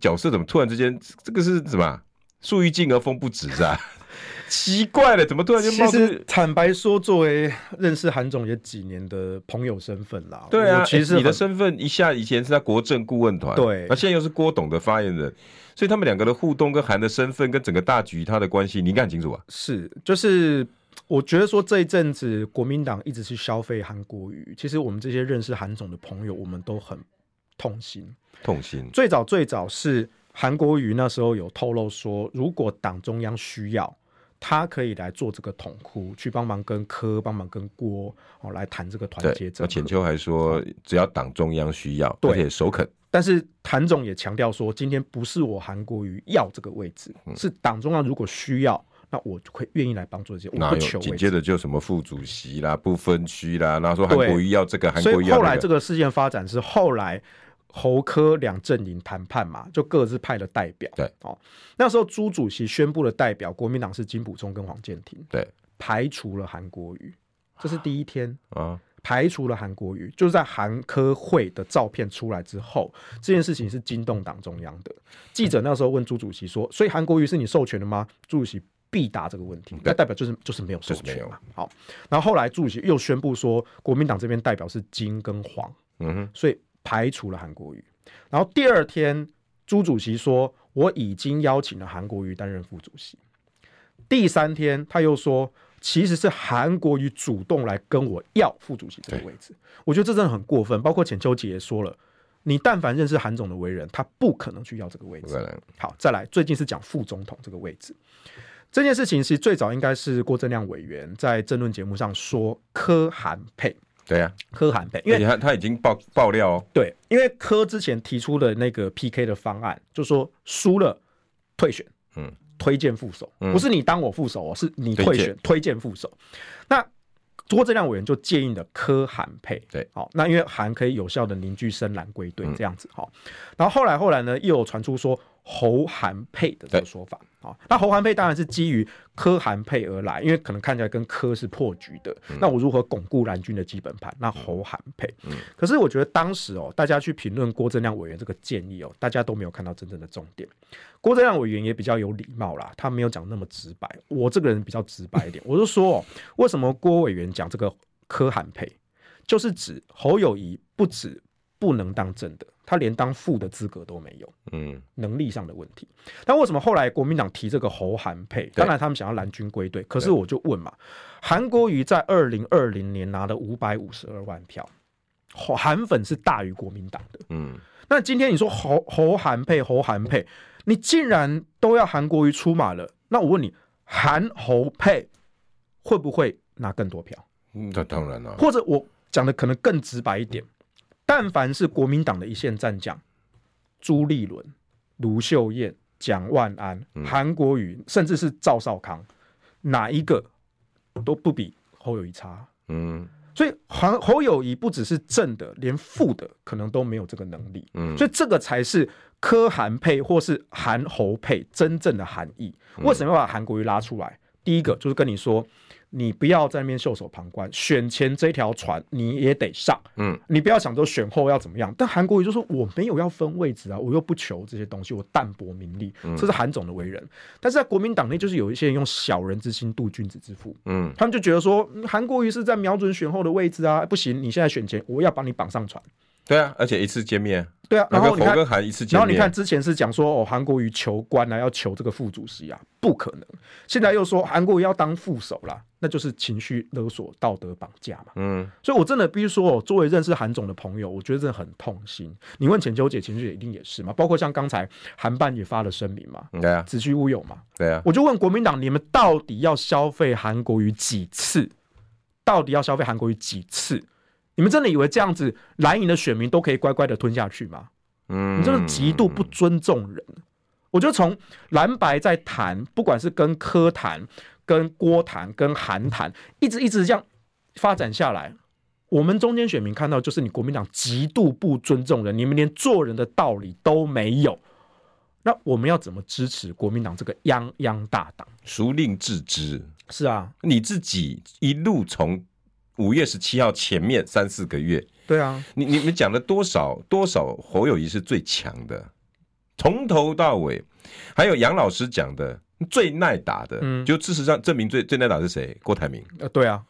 S3: 角色怎么突然之间这个是什么啊？树欲静而风不止是吧？ 奇怪了，怎么突然间
S2: 其
S3: 冒出？
S2: 实坦白说，作为认识韩总也几年的朋友身份啦，
S3: 对啊，
S2: 我其
S3: 哎
S2: 实
S3: 你的
S2: 很
S3: 身份一下以前是他国政顾问团，
S2: 对
S3: 那现在又是郭董的发言人，所以他们两个的互动跟韩的身份跟整个大局他的关系，你应该很清楚啊。
S2: 是，就是我觉得说这一阵子国民党一直去消费韩国瑜，其实我们这些认识韩总的朋友，我们都很痛心。
S3: 痛心，
S2: 最早最早是韩国瑜那时候有透露说，如果党中央需要，他可以来做这个统哭，去帮忙跟柯、帮忙跟郭哦来谈这个团结
S3: 对。
S2: 整
S3: 那浅
S2: 合。
S3: 秋还说，只要党中央需要，
S2: 对
S3: 而且首肯，
S2: 但是谭总也强调说，今天不是我韩国瑜要这个位置，
S3: 嗯
S2: 是党中央如果需要，那我就会愿意来帮助这些，我
S3: 哪
S2: 不
S3: 有
S2: 求
S3: 紧
S2: 位置
S3: 接着就什么副主席啦、不分区啦，然后说韩国瑜要这个，韩
S2: 所
S3: 国
S2: 以
S3: 瑜要
S2: 后来
S3: 那
S2: 这
S3: 个，
S2: 个事件发展是后来侯科两阵营谈判嘛，就各自派了代表。
S3: 对，
S2: 哦，那时候朱主席宣布了代表，国民党是金溥聪跟黄健庭，
S3: 对
S2: 排除了韩国瑜，这是第一天。
S3: 啊，
S2: 排除了韩国瑜，就是在韩科会的照片出来之后，这件事情是惊动党中央的。记者那时候问朱主席说：“所以韩国瑜是你授权的吗？”朱主席必答这个问题，那代表就是就是没有授
S3: 就是没
S2: 权
S3: 有
S2: 嘛。好，然后后来朱主席又宣布说，国民党这边代表是金跟黄，
S3: 嗯哼，
S2: 所以排除了韩国瑜。然后第二天，朱主席说我已经邀请了韩国瑜担任副主席。第三天，他又说其实是韩国瑜主动来跟我要副主席这个位置。我觉得这真的很过分。包括浅秋姐也说了，你但凡认识韩总的为人，他不可能去要这个位
S3: 不
S2: 置
S3: 可。能，
S2: 好，再来，最近是讲副总统这个位置。这件事情其实最早应该是郭正亮委员在政论节目上说柯韩配，
S3: 对呀，
S2: 柯韩配，因为
S3: 而且他他已经爆爆料哦，
S2: 对，因为柯之前提出的那个 PK 的方案，就说输了退选，
S3: 嗯，
S2: 推荐副手，
S3: 嗯
S2: 不是你当我副手哦，是你
S3: 推
S2: 退
S3: 荐
S2: 选推荐副手。那郭正亮委员就建议了柯韩配，
S3: 对嗯
S2: 好、那因为韩可以有效的凝聚深蓝归队这样子，好、然后后来后来呢，又有传出说侯韩配的这个
S3: 对
S2: 说法，好、那侯韩配当然是基于柯韩配而来，因为可能看起来跟柯是破局的，
S3: 嗯
S2: 那我如何巩固蓝军的基本盘？那侯韩配，可是我觉得当时哦，大家去评论郭正亮委员这个建议哦，大家都没有看到真正的重点。郭正亮委员也比较有礼貌啦，他没有讲那么直白。我这个人比较直白一点，我就说哦，为什么郭委员讲这个柯韩配，就是指侯友谊不止不能当正的，他连当副的资格都没有，
S3: 嗯，
S2: 能力上的问题。但为什么后来国民党提这个侯韩配？当然他们想要蓝军归队，可是我就问嘛，韩国瑜在二零二零年拿了五百五十二万票，侯韩粉是大于国民党的。
S3: 嗯，
S2: 那今天你说侯侯韩配侯韩配，你竟然都要韩国瑜出马了，那我问你，韩侯配会不会拿更多票？
S3: 嗯那当然了，
S2: 或者我讲的可能更直白一点，但凡是国民党的一线战将，朱立伦、卢秀燕、蒋万安、
S3: 嗯
S2: 韩国瑜，甚至是赵少康，哪一个都不比侯友谊差。
S3: 嗯
S2: 所以侯侯友谊不只是正的，连负的可能都没有这个能力。
S3: 嗯
S2: 所以这个才是柯韩配或是韩侯配真正的含义。
S3: 嗯
S2: 为什么要把韩国瑜拉出来？第一个就是跟你说，你不要在那边袖手旁观，选前这条船你也得上，
S3: 嗯，
S2: 你不要想说选后要怎么样。但韩国瑜就说我没有要分位置啊，我又不求这些东西，我淡泊名利，
S3: 嗯
S2: 这是韩总的为人。但是在国民党内，就是有一些人用小人之心度君子之腹，
S3: 嗯
S2: 他们就觉得说，嗯韩国瑜是在瞄准选后的位置啊，不行，你现在选前，我要把你绑上船。
S3: 对啊，而且一次见面，
S2: 对啊，然
S3: 然
S2: 后
S3: 后
S2: 你
S3: 侯
S2: 看，
S3: 跟韩一次见
S2: 然后
S3: 面，
S2: 你看，之前是讲说哦，韩国瑜求官啊，要求这个副主席啊，不可能。现在又说韩国瑜要当副手啦，那就是情绪勒索、道德绑架嘛。
S3: 嗯
S2: 所以我真的必须说，哦，作为认识韩总的朋友，我觉得真的很痛心。你问浅秋姐，浅秋姐一定也是嘛，包括像刚才韩办也发了声明嘛，
S3: 对啊
S2: 子虚乌有嘛，
S3: 对啊，
S2: 我就问国民党，你们到底要消费韩国瑜几次？到底要消费韩国瑜几次？你们真的以为这样子蓝营的选民都可以乖乖的吞下去吗？
S3: 嗯，
S2: 你真的极度不尊重人。我觉得从蓝白在谈，不管是跟柯谈、跟郭谈、跟韩谈，一直一直这样发展下来，我们中间选民看到就是你国民党极度不尊重人，你们连做人的道理都没有。那我们要怎么支持国民党这个泱泱大党？
S3: 孰令自知？
S2: 是啊，
S3: 你自己一路从五月十七号前面三四个月，
S2: 对啊，
S3: 你你们讲了多少多少侯友谊是最强的，从头到尾，还有杨老师讲的最耐打的，
S2: 嗯
S3: 就事实上证明最最耐打是谁？郭台铭。
S2: 呃，对啊，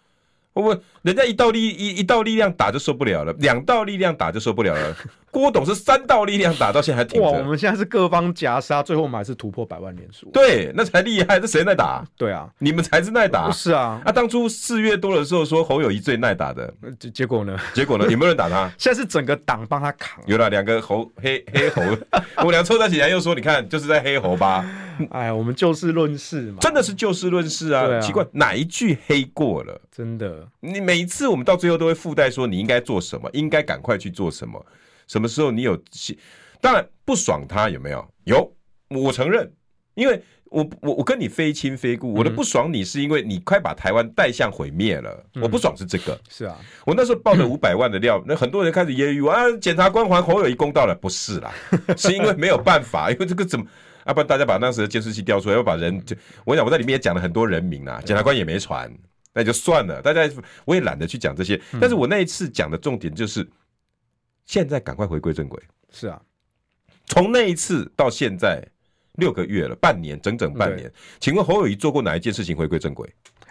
S3: 我人家一道力一一道力量打就受不了了，两道力量打就受不 了了。郭董是三道力量打到现在还挺
S2: 哇，我
S3: 着，
S2: 们现在是各方夹杀，最后我们还是突破百万连数。
S3: 对，那才厉害，这谁耐打？
S2: 对啊，
S3: 你们才是耐打
S2: 是啊，
S3: 啊！当初四月多的时候说侯友谊最耐打的，
S2: 呃结结果呢？
S3: 结果呢？有没有人打他？
S2: 现在是整个党帮他扛。
S3: 有了两个猴黑 黑猴，我们俩凑在起来又说，你看就是在黑猴吧，
S2: 哎，我们就事论事嘛，
S3: 真的是就事论事啊。
S2: 对啊
S3: 奇怪，哪一句黑过了？
S2: 真的，
S3: 你每一次我们到最后都会附带说你应该做什么，应该赶快去做什么，什么时候你有心，当然不爽他有没有？有，我承认，因为我我我跟你非亲非故，我的不爽你是因为你快把台湾带向毁灭了，
S2: 嗯
S3: 我不爽是这个。
S2: 是啊，
S3: 我那时候抱着五百万的料，那很多人开始揶揄我啊，检察官还侯友谊公道了，不是啦，是因为没有办法，因为这个怎么？要、不然大家把那时的监视器调出来，要把人就，我想我在里面也讲了很多人名啦，检察官也没传，那就算了，大家我也懒得去讲这些。
S2: 嗯
S3: 但是我那一次讲的重点就是，现在赶快回归正轨。
S2: 是啊，
S3: 从那一次到现在六个月了，半年，整整半年。请问侯友谊做过哪一件事情回归正轨？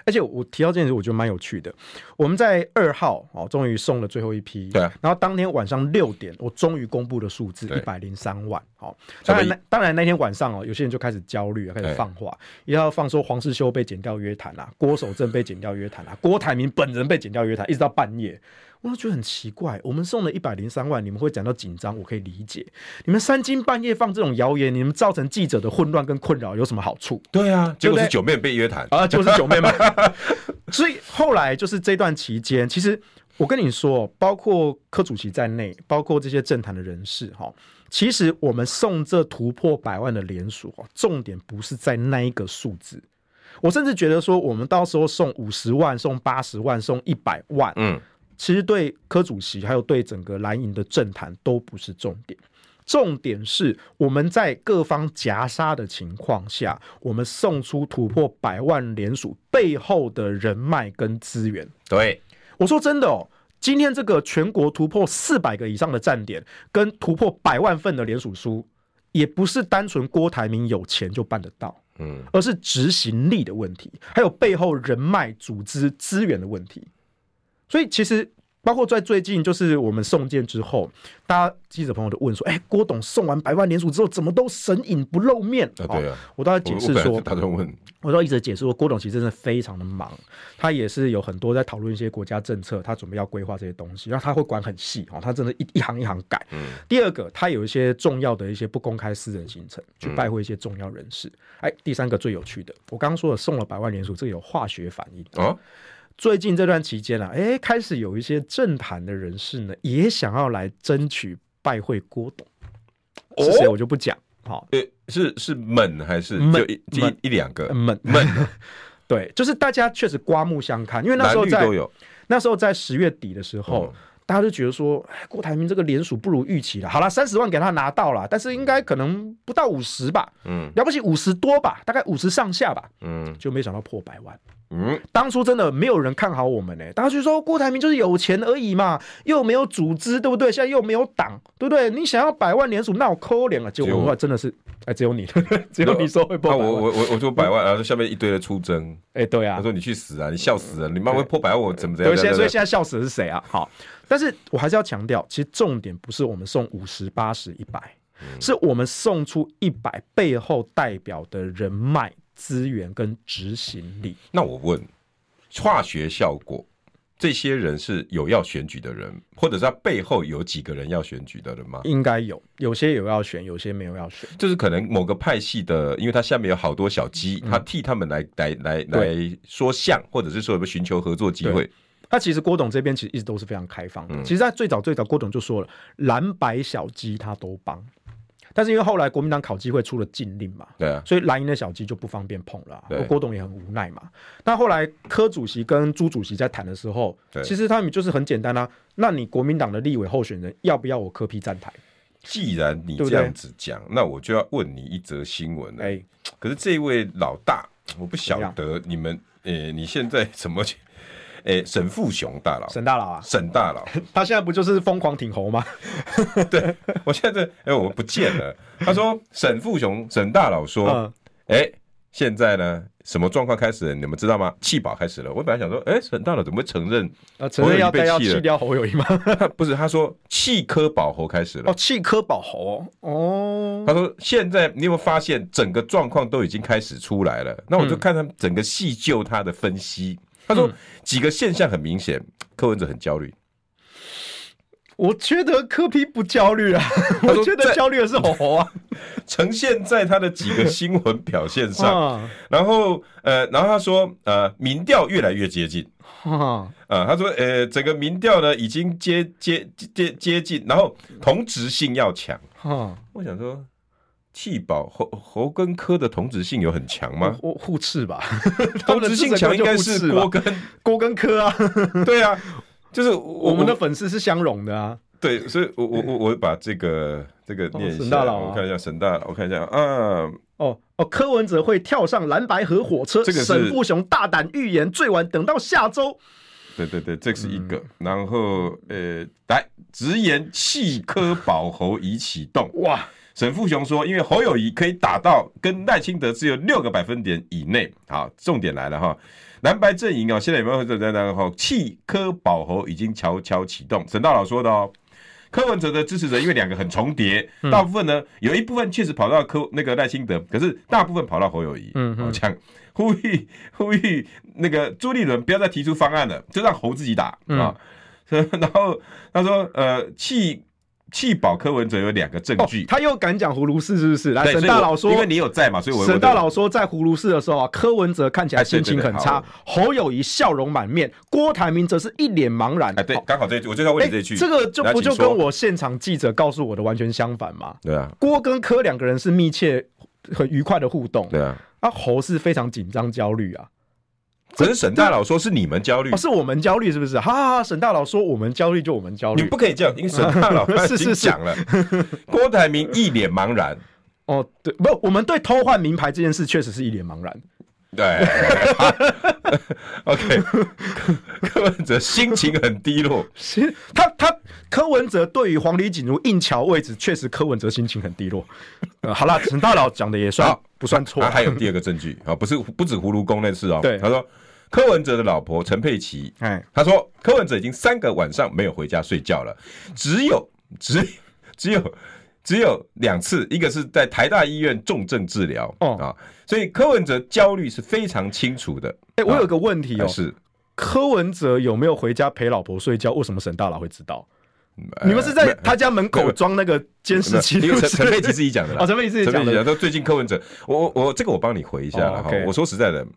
S2: 而且我提到这件事，我觉得蛮有趣的。我们在二号哦，终于送了最后一批，
S3: 对啊
S2: 然后当天晚上六点，我终于公布了数字
S3: 对
S2: 一百零三万。好、
S3: 什
S2: 当
S3: 么意
S2: 然那当然那天晚上哦，有些人就开始焦虑啊，开始
S3: 对
S2: 放话，也要放说黄世修被剪掉约谈啊，郭守正被剪掉约谈啊，郭台铭本人被剪掉约谈，一直到半夜。我就觉得很奇怪，我们送了一百零三万，你们会感到紧张，我可以理解。你们三更半夜放这种谣言，你们造成记者的混乱跟困扰有什么好处？
S3: 对啊，结果
S2: 对
S3: 是
S2: 不对
S3: 九妹被约谈。
S2: 啊，就是九妹们。所以后来就是这段期间，其实我跟你说，包括柯主席在内，包括这些政坛的人士哈，其实我们送这突破百万的联署哦，重点不是在那一个数字。我甚至觉得说，我们到时候送五十万、送八十万、送一百万，
S3: 嗯，
S2: 其实对柯主席还有对整个蓝营的政坛都不是重点。重点是我们在各方夹杀的情况下，我们送出突破百万联署背后的人脉跟资源。
S3: 对，
S2: 我说真的哦，今天这个全国突破四百个以上的站点，跟突破百万份的联署书，也不是单纯郭台铭有钱就办得到。
S3: 嗯。
S2: 而是执行力的问题，还有背后人脉、组织、资源的问题。所以其实包括在最近，就是我们送件之后，大家记者朋友都问说：“哎、郭董送完百万联署之后，怎么都神隐不露面？”
S3: 啊对啊
S2: 哦我都要
S3: 我
S2: 解
S3: 我
S2: 释
S3: 本来
S2: 说
S3: 是，打算问，
S2: 我都一直解释说，郭董其实真的非常的忙，他也是有很多在讨论一些国家政策，他准备要规划这些东西，然后他会管很细哦，他真的一一行一行改。第二个，他有一些重要的一些不公开私人行程，去拜会一些重要人士。哎，第三个最有趣的，我刚刚说的送了百万联署，这个有化学反应。
S3: 哦，
S2: 最近这段期间啊，哎，开始有一些政坛的人士呢，也想要来争取拜会郭董，是谁我就不讲。好、
S3: 诶呃是是猛还是
S2: 猛
S3: 就一就
S2: 猛嗯
S3: 一一两个？
S2: 闷
S3: 闷，
S2: 对，就是大家确实刮目相看，因为那
S3: 男
S2: 时候
S3: 女
S2: 在
S3: 都有，嗯
S2: 那时候在十月底的时候，大家就觉得说，哎，郭台铭这个联署不如预期了。好了，三十万给他拿到了，但是应该可能不到五十吧，
S3: 嗯
S2: 了不起五十多吧，大概五十上下吧，
S3: 嗯
S2: 就没想到破百万。
S3: 嗯，
S2: 当初真的没有人看好我们呢、大家就说郭台铭就是有钱而已嘛，又没有组织，对不对？现在又没有党，对不对？你想要百万联署，那我抠脸了。结
S3: 结
S2: 果
S3: 果
S2: 后来真的是，哎，只有你， 只有你说会破
S3: 那
S2: 百
S3: 啊
S2: 万。嗯
S3: 我我我我说百万，然后下面一堆的出征，
S2: 哎，对啊
S3: 他，说你去死啊，你笑死啊，你妈会破百万，我怎么怎
S2: 对，
S3: 样？
S2: 现在所以
S3: 怎
S2: 现在
S3: 样
S2: 笑死的是谁啊？好，但是我还是要强调，其实重点不是我们送五十、八十、一百，是我们送出一百背后代表的人脉、资源跟执行力。
S3: 那我问，化学效果，这些人是有要选举的人，或者是他背后有几个人要选举的人吗？
S2: 应该有，有些有要选，有些没有要选。
S3: 就是可能某个派系的，因为他下面有好多小鸡，
S2: 嗯
S3: 他替他们来来来来说项，或者是说有没有寻求合作机会？
S2: 那其实郭董这边其实一直都是非常开放的。其实，在最早最早，郭董就说了，蓝白小鸡他都帮，但是因为后来国民党考机会出了禁令嘛，
S3: 对啊，
S2: 所以蓝营的小鸡就不方便碰了啊、
S3: 对
S2: 郭董也很无奈嘛。但后来柯主席跟朱主席在谈的时候
S3: 对，
S2: 其实他们就是很简单啊。那你国民党的立委候选人要不要我柯批站台？
S3: 既然你
S2: 对不
S3: 这
S2: 对
S3: 样子讲，那我就要问你一则新闻了。
S2: 哎、
S3: 可是这一位老大，我不
S2: 怎
S3: 晓
S2: 样
S3: 得你们，呃、你现在怎么去？ 呃、沈富雄大佬，
S2: 沈大佬啊，
S3: 沈大佬，
S2: 他现在不就是疯狂挺侯吗？
S3: 对 我现在，哎、我不见了。他说沈富雄，沈大佬说，
S2: 嗯，
S3: 哎、现在呢，什么状况开始了？你们知道吗？弃保开始了。我本来想说，哎、沈大佬怎么会承认？
S2: 呃，承认要
S3: 被
S2: 带要
S3: 气了
S2: 弃掉侯友谊 吗？
S3: 他不是，他说弃科保侯开始了
S2: 哦，。弃柯保侯哦哦，
S3: 他说：“现在你有没有发现整个状况都已经开始出来了？那我就
S2: 嗯
S3: 看他们整个细究他的分析。他说几个现象很明显，柯文哲很焦虑。
S2: 我觉得柯批不焦虑啊，
S3: 说
S2: 我觉得
S3: 在
S2: 焦虑的是侯侯啊。
S3: 呈现在他的几个新闻表现上。
S2: 啊
S3: 然后呃，然后他说呃，民调越来越接近
S2: 啊，
S3: 啊、他说呃，整个民调呢已经接接接接近，然后同质性要强。
S2: 啊
S3: 我想说，弃保侯侯跟柯的同质性有很强吗？
S2: 我我互斥 吧，哦 他
S3: 同
S2: 们的
S3: 质性
S2: 支持
S3: 强
S2: 根
S3: 应
S2: 本
S3: 该
S2: 就互斥
S3: 是
S2: 吧
S3: 郭跟
S2: 郭跟柯啊，
S3: 对啊，就是我
S2: 我们的粉丝是相容的啊。
S3: 对，所以我我我我把这个这个念一下，
S2: 沈大佬啊
S3: 我看一下沈大佬，我看一下啊，
S2: 哦哦，柯文哲会跳上蓝白合火车，
S3: 这个是
S2: 沈富雄大胆预言，最晚等到下周。
S3: 对对对，这是一个，
S2: 嗯
S3: 然后呃，来直言弃科保侯已启动，
S2: 哇，
S3: 沈富雄说，因为侯友谊可以打到跟赖清德只有六个百分点以内，好，重点来了哈。蓝白阵营哦，现在有没有在在然后弃科保侯已经悄悄启动？沈大佬说的哦，柯文哲的支持者因为两个很重叠，
S2: 嗯
S3: 大部分呢有一部分确实跑到柯那个赖清德，可是大部分跑到侯友谊。
S2: 嗯
S3: 嗯，好，这样呼吁呼吁那个朱立伦不要再提出方案了，就让侯自己打
S2: 嗯
S3: 啊。 然后他说，呃，弃弃保柯文哲有两个证
S2: 哦
S3: 据，，
S2: 他又敢讲葫芦氏是不是？来，
S3: 对
S2: 啊沈
S3: 所以
S2: 大
S3: 我
S2: 佬说
S3: 因为。你有在嘛，所以我
S2: 沈大佬说，在葫芦市的时候啊，柯文哲看起来
S3: 哎对
S2: 心
S3: 对
S2: 情
S3: 对
S2: 很
S3: 好
S2: 差，侯友谊笑容满面，郭台铭则是一脸茫然。
S3: 哎，对
S2: 好，
S3: 刚好这一句，我就要问
S2: 哎
S3: 你这一句，
S2: 这个就
S3: 来
S2: 不
S3: 请
S2: 就
S3: 说
S2: 跟我现场记者告诉我的完全相反吗？
S3: 对啊，
S2: 郭跟柯两个人是密切、很愉快的互动，
S3: 对啊。
S2: 啊，侯是非常紧张、焦虑啊。
S3: 可是沈大佬说是你们焦虑
S2: 哦，，是我们焦虑是不是？哈哈哈，沈大佬说我们焦虑就我们焦
S3: 你
S2: 虑。
S3: 不可以这样，因为沈大佬 他
S2: 是
S3: 已
S2: 是
S3: 经
S2: 是
S3: 讲了，郭台铭一脸茫然。
S2: 哦，对，不，我们对偷换名牌这件事确实是一脸茫然。
S3: 对，OK，柯文哲心情很低落，
S2: 是他他柯文哲对于黄李锦如硬桥位置，确实柯文哲心情很低落。 呃好啦，沈大佬讲的也算
S3: 好
S2: 不算错
S3: 他。还有第二个证据啊，不是不止葫芦公那事哦，
S2: 对
S3: 他说柯文哲的老婆陈佩琪
S2: 哎，
S3: 他说柯文哲已经三个晚上没有回家睡觉了，只有只只有只有两次，一个是在台大医院重症治疗、
S2: 哦
S3: 啊，所以柯文哲焦虑是非常清楚的。
S2: 哎，我有个问题哦
S3: 但，啊是
S2: 柯文哲有没有回家陪老婆睡觉？为什么沈大佬会知道？
S3: 嗯呃
S2: 你们是在他家门口装那个监视器？
S3: 因为陈
S2: 是不
S3: 陈
S2: 是
S3: 佩琪自己讲的啦，
S2: 哦，陈佩琪自己
S3: 陈
S2: 讲
S3: 佩琪
S2: 的
S3: 讲说最近柯文哲，我我我这个我帮你回一下了
S2: 哦
S3: 哈、
S2: OK
S3: 我说实在的，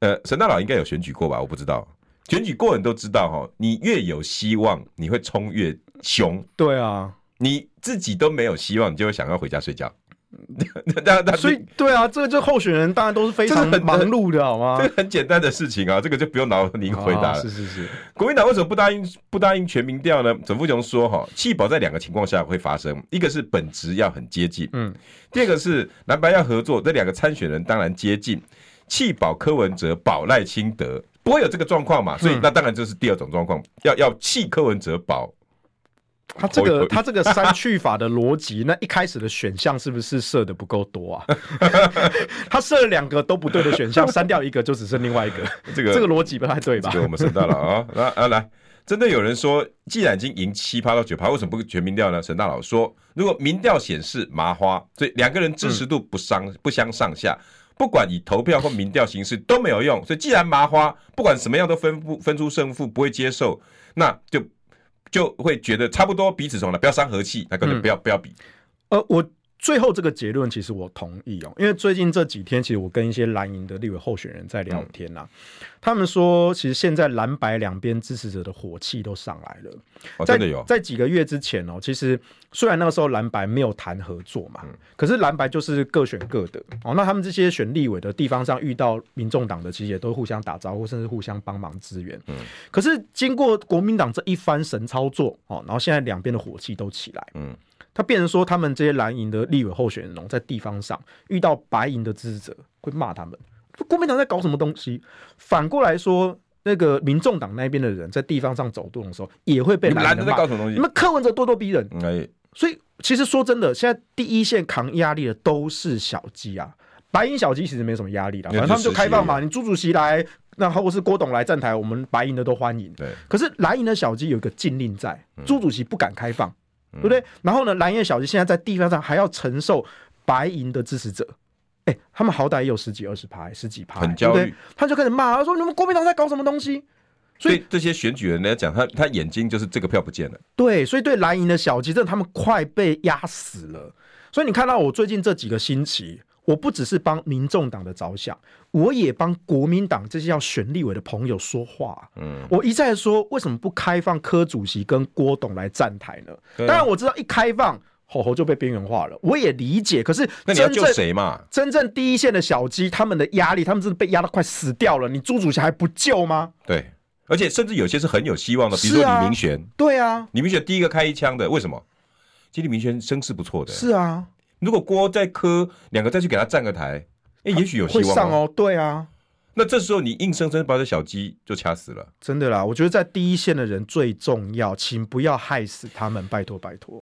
S3: 呃，沈大佬应该有选举过吧？我不知道，选举过人都知道哈，你越有希望，你会冲越凶。
S2: 对啊，
S3: 你自己都没有希望，你就会想要回家睡觉。 那那
S2: 嗯所以对啊，这个就候选人当然都是非常
S3: 这是很
S2: 忙碌的，好
S3: 这
S2: 吗？
S3: 个很简单的事情啊，这个就不用劳您回答
S2: 啊
S3: 了
S2: 是。是是，
S3: 国民党为什么不答应不答应全民调呢？整富雄说哈，弃保在两个情况下会发生，一个是本质要很接近，
S2: 嗯，
S3: 第二个是蓝白要合作，这两个参选人当然接近，弃保柯文哲，保赖清德，不会有这个状况嘛，所
S2: 嗯
S3: 以那当然就是第二种状况，要要弃柯文哲保。
S2: 他这
S3: 头一
S2: 个
S3: 回
S2: 他这个删去法的逻辑， 那一开始的选项是不是设的不够多啊？ 他设了两个都不对的选项，删掉一个就只剩另外一个，
S3: 这个
S2: 这个逻辑不太对
S3: 这
S2: 吧？
S3: 个我们省到了啊、 那啊来，真的有人说，既然已经赢七趴到九趴，为什么不全民调呢？沈大佬说，如果民调显示麻花，所以两个人支持度不相、不相上下，不管以投票或民调形式都没有用。所以既然麻花，不管什么样都分不分出胜负，不会接受，那就。就会觉得差不多彼此从了，不要伤和气，那
S2: 嗯
S3: 根本不要、不要比。
S2: 呃，我最后这个结论其实我同意哦，因为最近这几天其实我跟一些蓝营的立委候选人在
S3: 嗯
S2: 聊天呐、他们说其实现在蓝白两边支持者的火气都上来了。
S3: 哦，
S2: 在
S3: 真的有，
S2: 在几个月之前哦，其实虽然那个时候蓝白没有谈合作
S3: 嗯
S2: 嘛，可是蓝白就是各选各的哦。那他们这些选立委的地方上遇到民众党的，其实也都互相打招呼，甚至互相帮忙支援。可是经过国民党这一番神操作哦，然后现在两边的火气都起来，
S3: 嗯
S2: 嗯。他变成说，他们这些蓝营的立委候选人哦，在地方上遇到白营的支持者，会骂他们，国民党在搞什么东西？反过来说，那个民众党那边的人在地方上走动的时候，也会被
S3: 你们
S2: 蓝
S3: 蓝
S2: 的
S3: 的在
S2: 骂
S3: 搞什么东西
S2: 你？们柯文哲咄咄逼人，
S3: 嗯哎，
S2: 所以其实说真的，现在第一线扛压力的都是小鸡啊，白银小鸡其实没什么压力的，
S3: 那
S2: 反
S3: 就
S2: 正他们就开放
S3: 实
S2: 嘛，你朱主席来，那或是郭董来站台，我们白银的都欢迎。
S3: 对，嗯
S2: 可是蓝营的小鸡有一个禁令在，朱主席不敢开放，对不对？然后呢，蓝营的小鸡现在在地方上还要承受白银的支持者。哎、他们好歹也有十几二十趴，十几趴，
S3: 很
S2: 对不对
S3: 焦虑
S2: 他就开始骂，他说：“你们国民党在搞什么东西？”
S3: 所
S2: 所以
S3: 以这些选举人来讲，他他眼睛就是这个票不见了，
S2: 对，所以对蓝营的小鸡，真的他们快被压死了。所以你看到我最近这几个星期，我不只是帮民众党的着想，我也帮国民党这些要选立委的朋友说话。
S3: 嗯，
S2: 我一再说，为什么不开放柯主席跟郭董来站台呢？
S3: 对啊
S2: 当然我知道一开放，吼吼就被边缘化了，我也理解。可是
S3: 那你要
S2: 真
S3: 救
S2: 正
S3: 谁嘛？
S2: 真正第一线的小鸡，他们的压力，他们真的被压到快死掉了。你朱主席还不救吗？
S3: 对，而且甚至有些是很有希望的，比如
S2: 是
S3: 说
S2: 啊
S3: 李明玄，
S2: 对啊，
S3: 李明玄第一个开一枪的，为什么？其实李明玄声势不错的，
S2: 是啊，
S3: 如果郭再科两个再去给他站个台，哎、也许有希
S2: 会
S3: 望、
S2: 上。哦，对啊。
S3: 那这时候你硬生生把这小鸡就掐死了。
S2: 真的啦，我觉得在第一线的人最重要，请不要害死他们，拜托拜托。